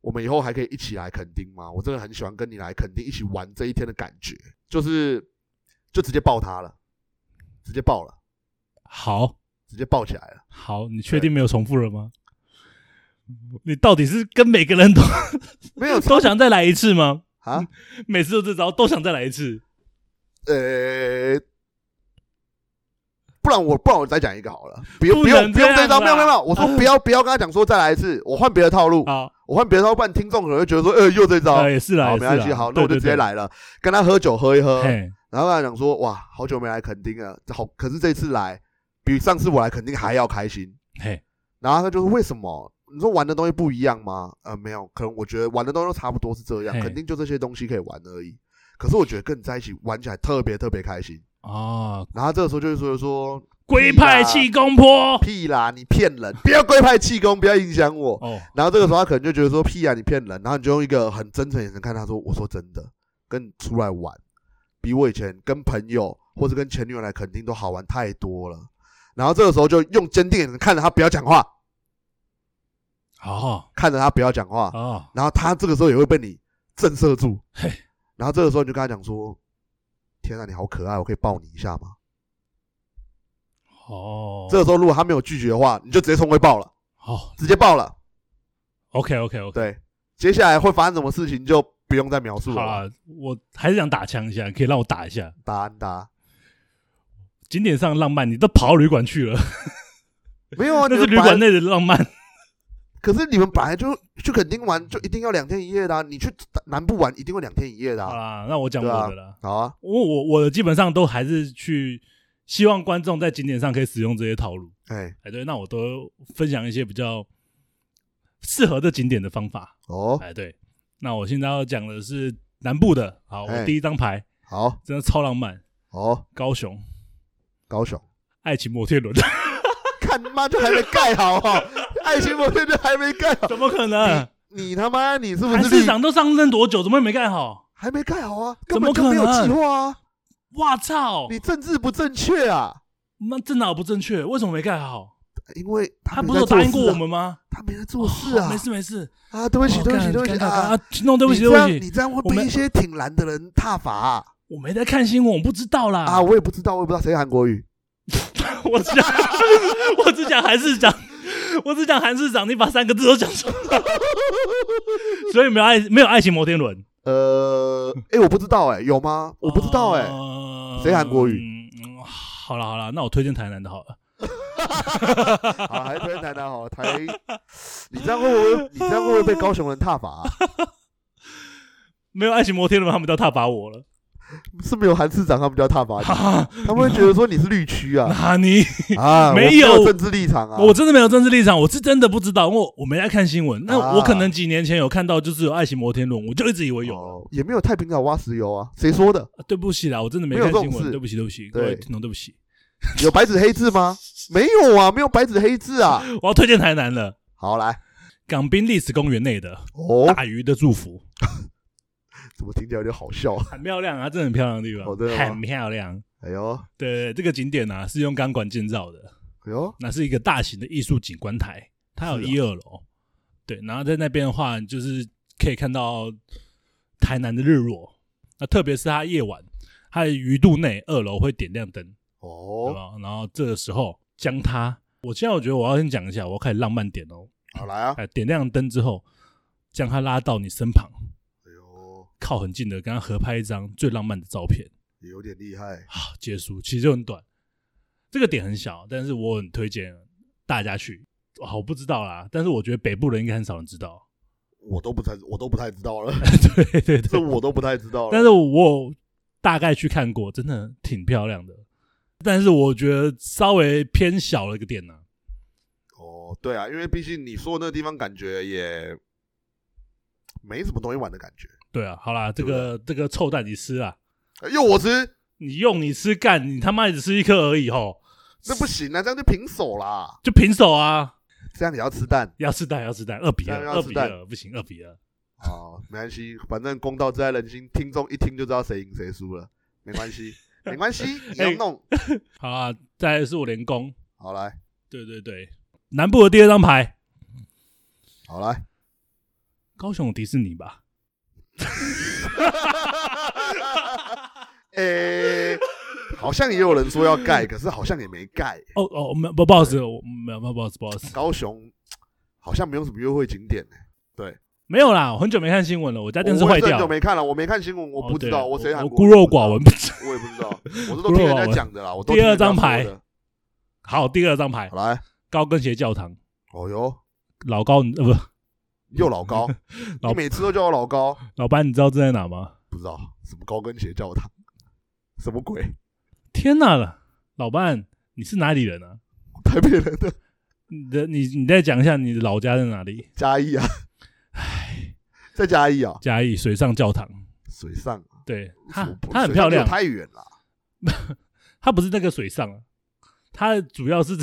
Speaker 2: 我们以后还可以一起来垦丁吗？我真的很喜欢跟你来垦丁一起玩这一天的感觉，就是就直接抱他了，直接抱了，
Speaker 1: 好
Speaker 2: 直接抱起来了，
Speaker 1: 好，你确定没有重复了吗？你到底是跟每个人都
Speaker 2: 没有
Speaker 1: 都想再来一次吗？
Speaker 2: 啊，
Speaker 1: 每次都这招，都想再来一次。
Speaker 2: 呃。不然我不然我再讲一个好了，不用
Speaker 1: 不
Speaker 2: 不用
Speaker 1: 能
Speaker 2: 不用
Speaker 1: 这样
Speaker 2: 这招，没有没有没有，
Speaker 1: 啦
Speaker 2: 我说不要不要跟他讲说再来一次，我换别的套路，
Speaker 1: 好，
Speaker 2: 我换别的招，不然听众可能会觉得说，呃，又这招，
Speaker 1: 啊，也啊是啦，
Speaker 2: 好，
Speaker 1: 也
Speaker 2: 没
Speaker 1: 是
Speaker 2: 关系，
Speaker 1: 啦
Speaker 2: 好，那
Speaker 1: 对
Speaker 2: 我就
Speaker 1: 对
Speaker 2: 直接
Speaker 1: 对
Speaker 2: 来了，跟他喝酒喝一喝，
Speaker 1: 嘿，
Speaker 2: 然后跟他讲说，哇，好久没来垦丁了，好，可是这次来比上次我来垦丁还要开心。
Speaker 1: 嘿，
Speaker 2: 然后他就说为什么？你说玩的东西不一样吗？呃，没有，可能我觉得玩的东西都差不多是这样，
Speaker 1: 嘿
Speaker 2: 肯定就这些东西可以玩而已。可是我觉得跟你在一起玩起来特别特别开心。
Speaker 1: 哦，
Speaker 2: 然后他这个时候就是说说
Speaker 1: 龟派气功坡，
Speaker 2: 屁啦，你骗人，不要龟派气功，不要影响我。
Speaker 1: 哦，
Speaker 2: 然后这个时候他可能就觉得说屁啊，你骗人。然后你就用一个很真诚的眼神看他说，我说真的，跟你出来玩，比我以前跟朋友或者跟前女友来肯定都好玩太多了。然后这个时候就用坚定的眼神看着他，不要讲话，
Speaker 1: 好，
Speaker 2: 看着他不要讲话。
Speaker 1: 哦，
Speaker 2: 然后他这个时候也会被你震慑住
Speaker 1: 嘿，
Speaker 2: 然后这个时候你就跟他讲说：“天啊，你好可爱，我可以抱你一下吗？”
Speaker 1: 哦，
Speaker 2: 这个时候如果他没有拒绝的话，你就直接冲过去抱了，
Speaker 1: 哦
Speaker 2: 直接抱了。
Speaker 1: ，OK，OK，OK，
Speaker 2: 对，接下来会发生什么事情就不用再描述
Speaker 1: 好啊
Speaker 2: 了。
Speaker 1: 啦，我还是想打枪一下，可以让我打一下。
Speaker 2: 答案 答案
Speaker 1: 景点上的浪漫，你都跑到旅馆去了，
Speaker 2: 没有啊，
Speaker 1: 那
Speaker 2: 你
Speaker 1: 是
Speaker 2: 们
Speaker 1: 旅
Speaker 2: 本来
Speaker 1: 馆内的浪漫。
Speaker 2: 可是你们本来就去垦丁玩，就一定要两天一夜的、啊。你去南部玩一定会两天一夜的、
Speaker 1: 好
Speaker 2: 啊。
Speaker 1: 啦，那我讲我的啦。
Speaker 2: 好啊，
Speaker 1: 我我我的基本上都还是去，希望观众在景点上可以使用这些套路。
Speaker 2: 哎，
Speaker 1: 哎，对，那我都分享一些比较适合这景点的方法。
Speaker 2: 哦，
Speaker 1: 哎，对，那我现在要讲的是南部的。好，
Speaker 2: 哎
Speaker 1: 我第一张牌
Speaker 2: 好，
Speaker 1: 真的超浪漫，
Speaker 2: 哦，
Speaker 1: 高雄
Speaker 2: 高雄，
Speaker 1: 爱情摩天轮，
Speaker 2: 看他妈就还没盖好 哦，爱情摩天轮还没盖好。
Speaker 1: 怎么可能？
Speaker 2: 你他妈，你是不
Speaker 1: 韩
Speaker 2: 是
Speaker 1: 市
Speaker 2: 绿
Speaker 1: 长都上任多久，怎么会没盖好？
Speaker 2: 还没盖好啊？
Speaker 1: 怎
Speaker 2: 根
Speaker 1: 么
Speaker 2: 本就没有
Speaker 1: 可能
Speaker 2: 计划啊！
Speaker 1: 哇操！
Speaker 2: 你政治不正确啊！
Speaker 1: 那这哪有不正确？为什么没盖好？
Speaker 2: 因为
Speaker 1: 他
Speaker 2: 没
Speaker 1: 不是有
Speaker 2: 在做
Speaker 1: 答应过
Speaker 2: 事啊
Speaker 1: 我，们吗？
Speaker 2: 他没在做事
Speaker 1: 哦
Speaker 2: 啊
Speaker 1: 没！事没事，
Speaker 2: 啊，对不起，
Speaker 1: 哦
Speaker 2: 对不起，
Speaker 1: 干
Speaker 2: 对不起
Speaker 1: 干干
Speaker 2: 啊！
Speaker 1: 啊！弄对不起对
Speaker 2: 你这样
Speaker 1: 不起，
Speaker 2: 你这样会
Speaker 1: 我
Speaker 2: 被
Speaker 1: 没
Speaker 2: 一些挺蓝的人踏伐啊！
Speaker 1: 我没在看新闻，我不知道啦。
Speaker 2: 啊我也不知道，我也不知道谁是韩国语。
Speaker 1: 我只讲，我只讲韩市长，我只讲韩市长，你把三个字都讲出来，所以没有爱，没有爱情摩天轮，
Speaker 2: 呃，哎，我不知道，哎，有吗？我不知道，哎，
Speaker 1: 呃
Speaker 2: 谁韩国
Speaker 1: 嗯，嗯好了好了，那我推荐台南的好了。
Speaker 2: 啊，还是推台南好，台，你这样会不会，你这样会不会被高雄人踏伐 啊？
Speaker 1: 没有爱情摩天轮，他们都要踏伐我了。
Speaker 2: 是没有韩市长他们就要踏伐你，
Speaker 1: 哈哈，
Speaker 2: 他们会觉得说你是绿 区啊
Speaker 1: 哪里？
Speaker 2: 啊，我
Speaker 1: 没
Speaker 2: 没有
Speaker 1: 有
Speaker 2: 政治立场啊，
Speaker 1: 我真的没有政治立场，我是真的不知道，因为我我没在看新闻。那
Speaker 2: 啊
Speaker 1: 我可能几年前有看到，就是有爱情摩天轮，我就一直以为有。
Speaker 2: 哦也没有太平岛挖石油啊，谁说的？
Speaker 1: 啊对不起啦，我真的没
Speaker 2: 没有
Speaker 1: 看
Speaker 2: 这
Speaker 1: 新
Speaker 2: 种事
Speaker 1: 闻，对不起对不起，各
Speaker 2: 对
Speaker 1: 位听众对不起。
Speaker 2: 有白纸黑字吗？没有啊，没有白纸黑字啊。
Speaker 1: 我要推荐台南了，
Speaker 2: 好来，
Speaker 1: 港滨历史公园内的
Speaker 2: 哦，
Speaker 1: 大鱼的祝福，
Speaker 2: 怎么听起来有点好笑？
Speaker 1: 很漂亮啊，真的很漂亮的地方，
Speaker 2: 哦真的吗
Speaker 1: 很漂亮。
Speaker 2: 哎呦，
Speaker 1: 对，这个景点啊是用钢管建造的，
Speaker 2: 哎呦，
Speaker 1: 那是一个大型的艺术景观台，它有
Speaker 2: 是啊
Speaker 1: 一二楼。对，然后在那边的话，你就是可以看到台南的日落。那特别是它夜晚，它的鱼肚内二楼会点亮灯，对
Speaker 2: 哦，
Speaker 1: 吧？然后这个时候将它，我现在我觉得我要先讲一下，我要开始浪漫点哦。
Speaker 2: 好来啊，
Speaker 1: 哎，点亮灯之后，将它拉到你身旁，
Speaker 2: 哎呦，
Speaker 1: 靠很近的跟他合拍一张最浪漫的照片
Speaker 2: 也有点厉害。
Speaker 1: 啊，结束其实就很短，这个点很小，但是我很推荐大家去。啊，我不知道啦，但是我觉得北部人应该很少人知道。
Speaker 2: 我都不太，我都不太知道了，
Speaker 1: 对对
Speaker 2: 这
Speaker 1: 对，
Speaker 2: 我都不太知道了。
Speaker 1: 但是我有大概去看过，真的挺漂亮的。但是我觉得稍微偏小了一个点呢、
Speaker 2: 哦，对啊，因为毕竟你说的那个地方，感觉也没什么东西玩的感觉。
Speaker 1: 对啊，好啦，这个这个臭蛋你吃啦，
Speaker 2: 哎呦，我吃
Speaker 1: 你用你吃干，你他妈也只吃一颗而已吼，
Speaker 2: 那不行啊，这样就平手啦。
Speaker 1: 就平手啊！
Speaker 2: 这样也要吃蛋
Speaker 1: 要吃蛋，要吃蛋，二比
Speaker 2: 当
Speaker 1: 二，
Speaker 2: 然要
Speaker 1: 二
Speaker 2: 吃
Speaker 1: 比
Speaker 2: 蛋
Speaker 1: 二，不行，二比二。
Speaker 2: 哦，没关系，反正公道自在人心，听众一听就知道谁赢谁输了，没关系，没关 系，你要
Speaker 1: 哎
Speaker 2: 弄
Speaker 1: 好啊，再来是我连攻，
Speaker 2: 好来，
Speaker 1: 对对对，南部的第二张牌，
Speaker 2: 好来。
Speaker 1: 高雄有迪士尼吧？
Speaker 2: 诶、好像也有人说要盖，可是好像也没盖。
Speaker 1: 哦哦，没不不好意思，我没有不好意思不好意思，
Speaker 2: 高雄好像没有什么约会景点、欸。
Speaker 1: 没有啦，我很久没看新闻了，我家电视
Speaker 2: 我
Speaker 1: 坏
Speaker 2: 也是很
Speaker 1: 掉
Speaker 2: 久
Speaker 1: 了。
Speaker 2: 没看了，我没看新闻，我
Speaker 1: 哦
Speaker 2: 不知
Speaker 1: 对
Speaker 2: 道，
Speaker 1: 了
Speaker 2: 我谁喊
Speaker 1: 我孤陋寡闻。。
Speaker 2: 我也不知道，我这都听人家讲的啦。我
Speaker 1: 孤陋寡
Speaker 2: 都
Speaker 1: 闻
Speaker 2: 听人家说的
Speaker 1: 第二 好，第二张牌
Speaker 2: 好，来，
Speaker 1: 高跟鞋教堂，
Speaker 2: 哦哟，
Speaker 1: 老高呃不
Speaker 2: 又老高，
Speaker 1: 老
Speaker 2: 你每次都叫我老高，
Speaker 1: 老班，你知道这在哪吗？
Speaker 2: 不知道什么高跟鞋教堂，什么鬼？
Speaker 1: 天哪了，老班，你是哪里人啊？
Speaker 2: 台北人的
Speaker 1: 你的你你再讲一下你的老家在哪里？
Speaker 2: 嘉义啊，在嘉义啊，
Speaker 1: 嘉义水上教堂。
Speaker 2: 水上，啊
Speaker 1: 对，
Speaker 2: 什
Speaker 1: 它
Speaker 2: 么不
Speaker 1: 它很
Speaker 2: 水
Speaker 1: 漂
Speaker 2: 上没有
Speaker 1: 亮，
Speaker 2: 太远了，
Speaker 1: 它不是那个水上啊，它主要 是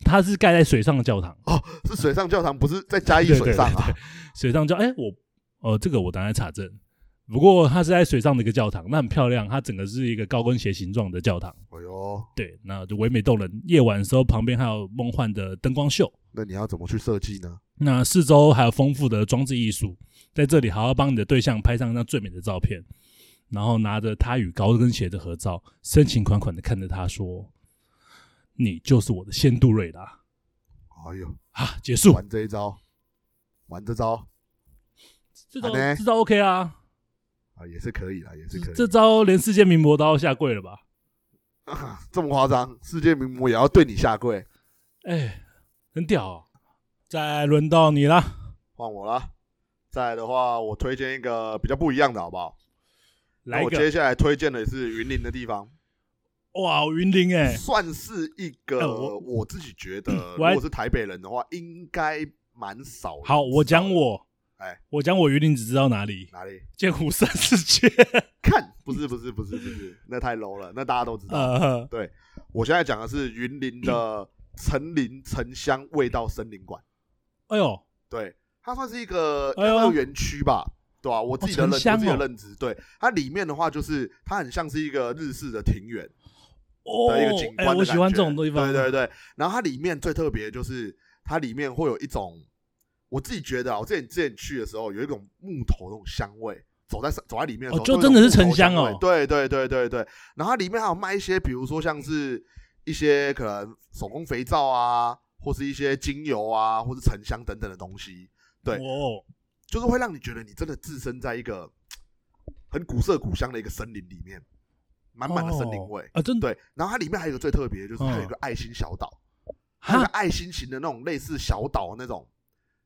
Speaker 1: 它是盖在水上的教堂，
Speaker 2: 是水上 教堂，不是在嘉义
Speaker 1: 对
Speaker 2: 水上
Speaker 1: 对对
Speaker 2: 啊
Speaker 1: 对。水上教哎、我呃这个我等下查证。不过它是在水上的一个教堂，那很漂亮，它整个是一个高跟鞋形状的教堂。
Speaker 2: 哎呦，
Speaker 1: 对，那就唯美动人。夜晚的时候，旁边还有梦幻的灯光秀，
Speaker 2: 那你要怎么去设计呢？
Speaker 1: 那四周还有丰富的装置艺术，在这里好好帮你的对象拍上那最美的照片，然后拿着他与高跟鞋的合照，深情款款的看着他说：“你就是我的仙杜瑞拉。
Speaker 2: 哎呦，”
Speaker 1: 啊，结束，
Speaker 2: 玩这一招，玩这招
Speaker 1: 这招
Speaker 2: 好嘞
Speaker 1: 这招 OK 啊，
Speaker 2: 啊，也是可以啦，也是可
Speaker 1: 这
Speaker 2: 以。
Speaker 1: 这招连世界名模都要下跪了吧？
Speaker 2: 这么夸张，世界名模也要对你下跪，
Speaker 1: 哎，很屌、哦。再轮到你啦，
Speaker 2: 换我啦。再来的话，我推荐一个比较不一样的，好不好？
Speaker 1: 来
Speaker 2: 那
Speaker 1: 一
Speaker 2: 我接
Speaker 1: 个
Speaker 2: 下来推荐的是云林的地方，
Speaker 1: 哇，云林哎、
Speaker 2: 算是一
Speaker 1: 哎
Speaker 2: 个
Speaker 1: 我嗯
Speaker 2: 我自己觉得，如
Speaker 1: 我还
Speaker 2: 果是台北人的话，应该蛮少人知道的。
Speaker 1: 好，我讲我，
Speaker 2: 哎
Speaker 1: 我讲我云林只知道哪 里，
Speaker 2: 哪里
Speaker 1: 剑湖山世界，
Speaker 2: 看？不是不是不是不是， 那太 low 了，那大家都知道。
Speaker 1: 呃，
Speaker 2: 我现在讲的是云林 的陈林城乡味道森林馆，
Speaker 1: 哎呦，
Speaker 2: 对，它算是一个
Speaker 1: 哎呦
Speaker 2: 二园区吧，对吧、我自己的
Speaker 1: 哦
Speaker 2: 认、
Speaker 1: 城乡
Speaker 2: 我自己的
Speaker 1: 哦
Speaker 2: 认知，对它里面的话就是它很像是一个日式的庭园，
Speaker 1: 哦，
Speaker 2: 的一个景
Speaker 1: 哎
Speaker 2: 观的感觉、
Speaker 1: 我喜欢这种地方。哦
Speaker 2: 对对对，然后它里面最特别的就是它里面会有一种，我自己觉得啊，我之前之前去的时候有一种木头那种香味。走在走在里面的时候，
Speaker 1: 哦就
Speaker 2: 都有
Speaker 1: 真的是
Speaker 2: 木头
Speaker 1: 沉香哦
Speaker 2: 味对对对对对，然后它里面还有卖一些，比如说像是一些可能手工肥皂啊，或是一些精油啊，或是沉香等等的东西，对
Speaker 1: 哦，
Speaker 2: 就是会让你觉得你真的置身在一个很古色古香的一个森林里面，满满的森林味。
Speaker 1: 啊，真的
Speaker 2: 对，然后它里面还有一个最特别，的就是它有一个爱心小
Speaker 1: 哦
Speaker 2: 岛，它有一个
Speaker 1: 哈
Speaker 2: 爱心型的那种类似小岛那种，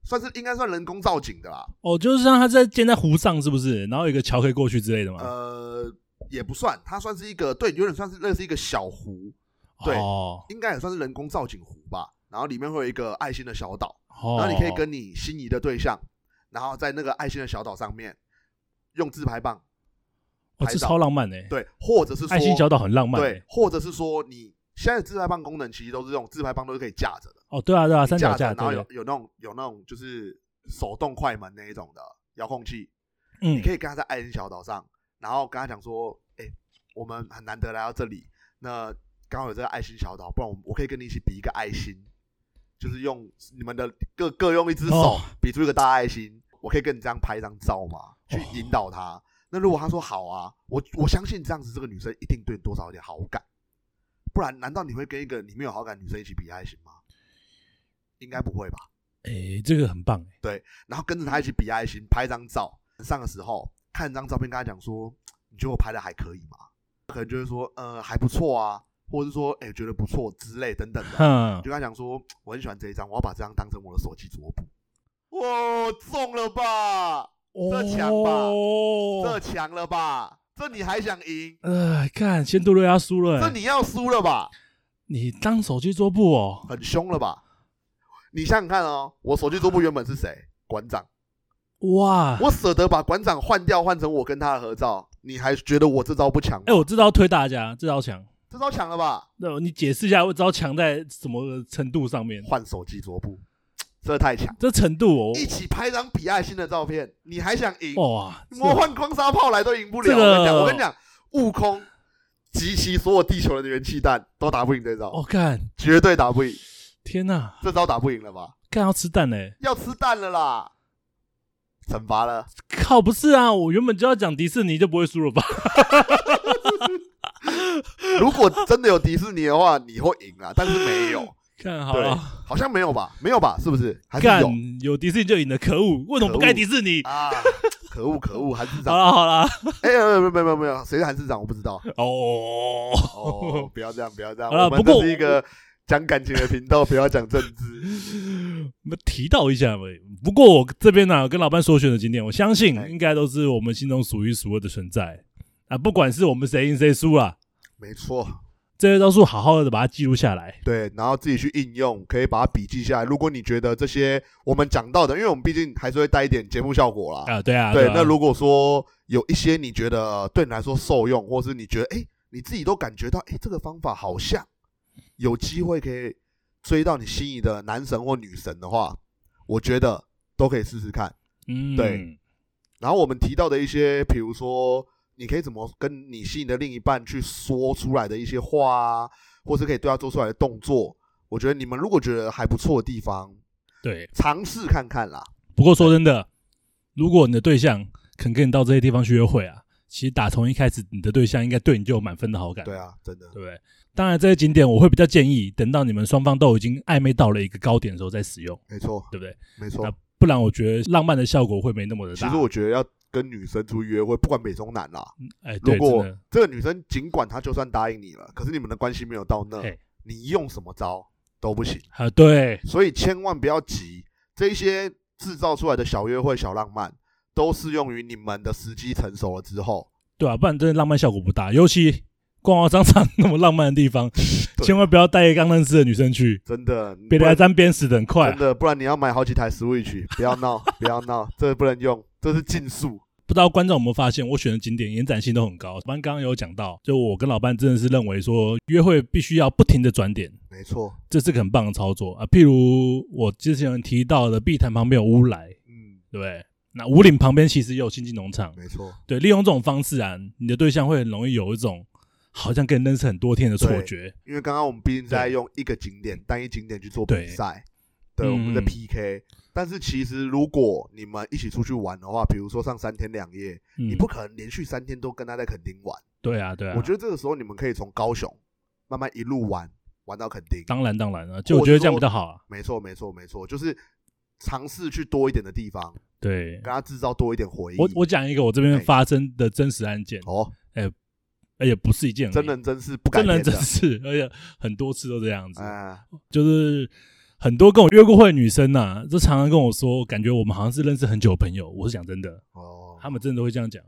Speaker 2: 算是应该算人工造景的啦。
Speaker 1: 哦，就是像它在建在湖上，是不是？然后有一个桥可以过去之类的嘛。哦
Speaker 2: 呃，也不算，它算是一个对，有点算是类似一个小湖，对
Speaker 1: 哦，
Speaker 2: 应该也算是人工造景湖吧。然后里面会有一个爱心的小岛，
Speaker 1: 然
Speaker 2: 然后你可以跟你心仪的对象，然后在那个爱心的小岛上面用自拍棒，
Speaker 1: 哦，这超浪漫哎。
Speaker 2: 对，或者是说
Speaker 1: 爱心小岛很浪漫欸。
Speaker 2: 对，或者是说你现在的自拍棒功能其实都是这种自拍棒都是可以架着的，
Speaker 1: 哦，对啊，对啊，三脚
Speaker 2: 架着，
Speaker 1: 架，
Speaker 2: 然后
Speaker 1: 对
Speaker 2: 有
Speaker 1: 对。
Speaker 2: 有那种有那种就是手动快门那一种的遥控器，你
Speaker 1: 嗯，
Speaker 2: 可以跟他在爱人小岛上，然后跟他讲说，哎、我们很难得来到这里，那刚好有这个爱心小岛，不然我我可以跟你一起比一个爱心，就是用你们的各各用一只手
Speaker 1: 哦
Speaker 2: 比出一个大爱心，我可以跟你这样拍一张照吗？去引导
Speaker 1: 哦
Speaker 2: 他。那如果他说好啊，我我相信这样子这个女生一定对你多少有点好感，不然难道你会跟一个你没有好感的女生一起比爱心吗？应该不会吧。
Speaker 1: 哎，这个很棒欸
Speaker 2: 然后跟着他一起比爱心，拍张照。上的时候看张照片，跟他讲说：“你觉得我拍的还可以吗？”可能就会说：“呃，还不错啊，或者是说，哎、觉得不错之类等等 的。”
Speaker 1: 哼
Speaker 2: 就，跟他讲说：“我很喜欢这一张，我要把这张当成我的手机桌布。”哇，中了吧？这强吧这
Speaker 1: 哦，
Speaker 2: 强了吧？这你还想赢？
Speaker 1: 哎，看，仙杜瑞拉输了
Speaker 2: 这
Speaker 1: 欸。
Speaker 2: 你要输了吧？
Speaker 1: 你当手机桌布哦，
Speaker 2: 很凶了吧？你想想看哦，我手机桌布原本是谁？馆长。
Speaker 1: 哇！
Speaker 2: 我舍得把馆长换掉，换成我跟他的合照，你还觉得我这招不强吗？
Speaker 1: 哎，我这招推大家，这招强。
Speaker 2: 这招强了吧？
Speaker 1: 那你解释一下，我这招强在什么程度上面？
Speaker 2: 换手机桌布，这太强！
Speaker 1: 这程度哦，
Speaker 2: 一起拍张比爱心的照片，你还想赢？
Speaker 1: 哇，
Speaker 2: 魔幻光沙炮来都赢不了。
Speaker 1: 哦这个
Speaker 2: 我跟你讲，我跟你讲，悟空集齐所有地球人的元气弹都打不赢这招，
Speaker 1: 我哦干，
Speaker 2: 绝对打不赢。
Speaker 1: 天哪，
Speaker 2: 这招打不赢了吧？
Speaker 1: 干要吃蛋嘞！
Speaker 2: 要吃蛋了啦！惩罚了，
Speaker 1: 靠，不是啊，我原本就要讲迪士尼就不会输了吧？
Speaker 2: 如果真的有迪士尼的话，你会赢啊，但是没有，
Speaker 1: 看好
Speaker 2: 对，
Speaker 1: 了，
Speaker 2: 好像没有吧？没有吧？是不是？还是
Speaker 1: 干
Speaker 2: 有？
Speaker 1: 有迪士尼就赢了，可恶！为什么不该迪士尼？
Speaker 2: 啊，可恶可恶，韩市
Speaker 1: 好
Speaker 2: 长！
Speaker 1: 了好了，
Speaker 2: 哎、没有没有没有没有，谁是韩市长我不知道。
Speaker 1: 哦，
Speaker 2: 哦，不要这样，不要这样，
Speaker 1: 好了
Speaker 2: 我们
Speaker 1: 不过
Speaker 2: 这是一个讲感情的频道， 不要讲政治。
Speaker 1: 我们提到一下呗。不过我这边呢、跟老班所选的景点，我相信
Speaker 2: 哎
Speaker 1: 应该都是我们心中数一数二的存在啊。不管是我们谁赢谁输啦，
Speaker 2: 没错，
Speaker 1: 这些招数好好的把它记录下来。
Speaker 2: 对，然后自己去应用，可以把它笔记下来。如果你觉得这些我们讲到的，因为我们毕竟还是会带一点节目效果啦。
Speaker 1: 啊，对啊，
Speaker 2: 对
Speaker 1: 啊，
Speaker 2: 那如果说有一些你觉得呃对你来说受用，或是你觉得哎、诶你自己都感觉到哎、诶这个方法好像有机会可以追到你心仪的男神或女神的话，我觉得都可以试试看。
Speaker 1: 嗯，
Speaker 2: 对，然后我们提到的一些，比如说你可以怎么跟你心仪的另一半去说出来的一些话啊，或是可以对他做出来的动作，我觉得你们如果觉得还不错的地方，
Speaker 1: 对。
Speaker 2: 尝试看看啦。
Speaker 1: 不过说真的，如果你的对象肯跟你到这些地方去约会啊，其实打从一开始，你的对象应该对你就有满分的好感，
Speaker 2: 对啊，真的
Speaker 1: 对不对？当然，这些景点我会比较建议等到你们双方都已经暧昧到了一个高点的时候再使用，
Speaker 2: 没错，
Speaker 1: 对不对？
Speaker 2: 没错
Speaker 1: 那。不然我觉得浪漫的效果会没那么的
Speaker 2: 其
Speaker 1: 大。
Speaker 2: 实我觉得要跟女生出去约会，不管北中南啦，
Speaker 1: 哎，
Speaker 2: 如
Speaker 1: 对，真
Speaker 2: 果
Speaker 1: 的
Speaker 2: 这个女生尽管她就算答应你了，可是你们的关系没有到那
Speaker 1: 嘿，
Speaker 2: 你用什么招都不行。
Speaker 1: 啊，对，
Speaker 2: 所以千万不要急，这一些制造出来的小约会、小浪漫，都适用于你们的时机成熟了之后。
Speaker 1: 对啊，不然真的浪漫效果不大。尤其逛逛商场 那么浪漫的地 方，千万不要带刚认识的女生去，
Speaker 2: 真的，
Speaker 1: 别
Speaker 2: 不
Speaker 1: 来
Speaker 2: 然
Speaker 1: 沾边死的很快
Speaker 2: 真
Speaker 1: 啊、
Speaker 2: 的，不然你要买好几台 Switch，不要闹，不要闹，这不能用，这是禁术。
Speaker 1: 不知道观众有没有发现，我选的景点延展性都很高。班刚刚有讲到，就我跟老班真的是认为说，约会必须要不停的转点，
Speaker 2: 没错，
Speaker 1: 这是个很棒的操作啊。譬如我之前提到的碧潭旁边有乌来，
Speaker 2: 嗯，
Speaker 1: 对不对？那五岭旁边其实也有新进农场，
Speaker 2: 没错，
Speaker 1: 对，利用这种方式啊，你的对象会很容易有一种好像跟你认识很多天的错
Speaker 2: 对
Speaker 1: 觉。
Speaker 2: 因为刚刚我们毕竟在用一个景点、单一景点去做比赛，对，
Speaker 1: 嗯
Speaker 2: 我们在 PK。但是其实，如果你们一起出去玩的话，比如说上三天两夜，
Speaker 1: 嗯
Speaker 2: 你不可能连续三天都跟他在垦丁玩。
Speaker 1: 对啊，对啊，
Speaker 2: 我觉得这个时候你们可以从高雄慢慢一路玩玩到垦丁。
Speaker 1: 当然当然了，就我觉得这样比较好啊。
Speaker 2: 没错，没错，没错，就是尝试去多一点的地方，
Speaker 1: 对
Speaker 2: 跟他制造多一点回忆。
Speaker 1: 我，我讲一个我这边
Speaker 2: 哎
Speaker 1: 发生的真实案件，
Speaker 2: 哦，
Speaker 1: 而且不是一件而已
Speaker 2: 真人真事不改
Speaker 1: 真
Speaker 2: 编
Speaker 1: 人
Speaker 2: 的
Speaker 1: 嗯真，事， 而且很多次都这样子，
Speaker 2: 啊，
Speaker 1: 就是很多跟我约过会的女生呐、就常常跟我说，感觉我们好像是认识很久的朋友。我是讲真的，
Speaker 2: 哦，
Speaker 1: 他们真的都会这样讲。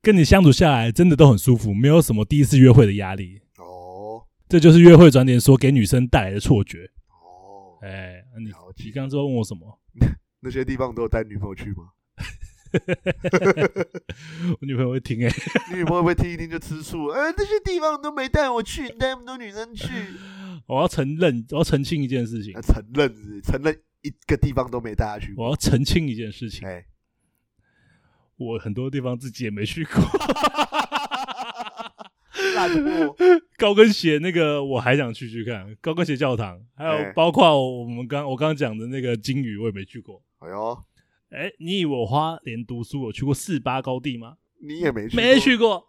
Speaker 1: 跟你相处下来，真的都很舒服，没有什么第一次约会的压力。
Speaker 2: 哦
Speaker 1: 这就是约会转点所给女生带来的错觉。
Speaker 2: 哦，
Speaker 1: 哎，你
Speaker 2: 了解
Speaker 1: 你刚刚之后问我什么？
Speaker 2: 那些地方都有带女朋友去吗？
Speaker 1: 我女朋友会听哎、
Speaker 2: 你女朋友会不会听一听就吃醋？呃，那些地方都没带我去，带那么多女 生去，
Speaker 1: 我要承认，我要澄清一件事情
Speaker 2: 那，承认是承认一个地方都没带她去过。
Speaker 1: 我要澄清一件事情，
Speaker 2: 哎，
Speaker 1: 我很多地方自己也没去过。
Speaker 2: 烂货，
Speaker 1: 高跟鞋那个我还想去去看，高跟鞋教堂，还有
Speaker 2: 哎
Speaker 1: 包括我们刚我刚刚讲的那个金鱼，我也没去过。
Speaker 2: 哎呦，
Speaker 1: 哎，你以为我花莲读书有去过四八高地吗？
Speaker 2: 你也没去，
Speaker 1: 没，去过，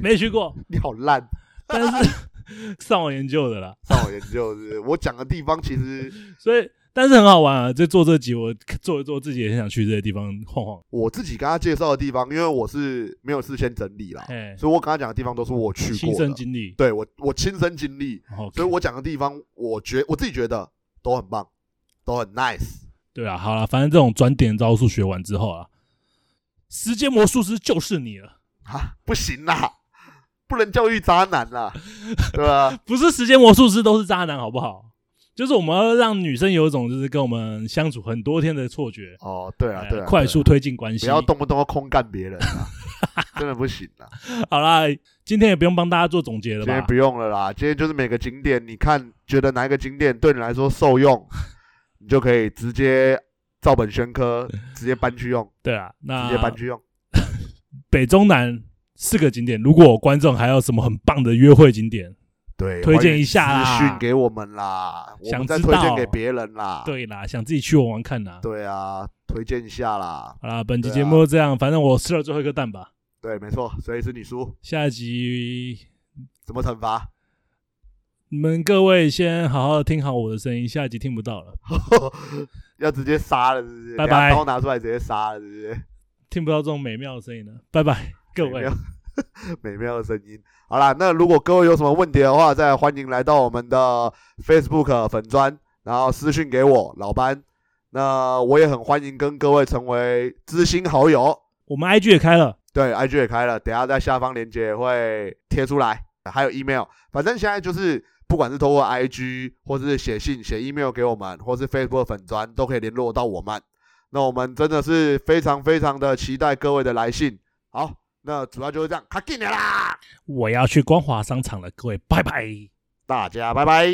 Speaker 1: 没去过。
Speaker 2: 你好烂。
Speaker 1: 但是 上网研究的啦，
Speaker 2: 上网研究是不是我讲的地方其实
Speaker 1: 所以但是很好玩啊。这做这集，我做一做自己也很想去这些地方晃晃。
Speaker 2: 我自己跟他介绍的地方，因为我是没有事先整理啦，
Speaker 1: 哎，
Speaker 2: 所以我跟他讲的地方都是我去
Speaker 1: 亲
Speaker 2: 过
Speaker 1: 身
Speaker 2: 的，
Speaker 1: 经历，
Speaker 2: 对我我亲身经历，
Speaker 1: 好，
Speaker 2: 所以我讲的地方，我觉我自己觉得都很棒，都很 nice。
Speaker 1: 对啊，好了，反正这种转点招数学完之后啊，时间魔术师就是你了。
Speaker 2: 啊，不行啦，不能教育渣男啦，对吧？
Speaker 1: 不是时间魔术师都是渣男，好不好？就是我们要让女生有一种就是跟我们相处很多天的错觉，
Speaker 2: 哦，对啊，
Speaker 1: 哎
Speaker 2: 对啊，
Speaker 1: 快速
Speaker 2: 对啊
Speaker 1: 推进关系。
Speaker 2: 不要动不动要空干别人啊，真的不行啦。
Speaker 1: 好啦，今天也不用帮大家做总结了
Speaker 2: 今天
Speaker 1: 吧
Speaker 2: 不？用了啦，今天就是每个景点，你看觉得哪一个景点对你来说受 用，你就可以直接照本宣科，直接搬去用，
Speaker 1: 对啊，
Speaker 2: 直
Speaker 1: 那
Speaker 2: 接搬去用。
Speaker 1: 北中南四个景点，如果观众还有什么很棒的约会景点，
Speaker 2: 对，
Speaker 1: 推
Speaker 2: 欢
Speaker 1: 荐
Speaker 2: 迎
Speaker 1: 一下啦
Speaker 2: 私讯给我们啦，我
Speaker 1: 想
Speaker 2: 们再
Speaker 1: 知
Speaker 2: 推荐
Speaker 1: 道
Speaker 2: 给别人啦。
Speaker 1: 对啊啦，想自己去玩玩看啦。
Speaker 2: 啊对啊，推荐一下啦。
Speaker 1: 好啦，本期
Speaker 2: 对啊
Speaker 1: 节目就这样，反正我吃了最后一个蛋吧。
Speaker 2: 对，没错，所以是你输，
Speaker 1: 下一集
Speaker 2: 怎么惩罚？
Speaker 1: 你们各位先好好地听好我的声音，下一集听不到了，
Speaker 2: 要直接杀了，是不是？
Speaker 1: 拜
Speaker 2: 等下
Speaker 1: 拜
Speaker 2: 刀拿出来直接杀了，是不是？
Speaker 1: 听不到这种美妙的声音了，拜拜，各
Speaker 2: 没
Speaker 1: 位
Speaker 2: 有。 美妙的声音。好啦，那如果各位有什么问题的话，再欢迎来到我们的 Facebook 粉砖，然后私讯给我老班。那我也很欢迎跟各位成为知心好友。
Speaker 1: 我们 IG 也开了，
Speaker 2: 对，IG 也开了，等一下在下方链接会贴出来，还有 email，反正现在就是不管是通过 IG 或是写信、写 email 给我们，或是 Facebook 粉砖都可以联络到我们。那我们真的是非常非常的期待各位的来信。好，那主要就是这样，卡进来啦，
Speaker 1: 我要去光华商场了，各位，拜拜。
Speaker 2: 大家拜拜。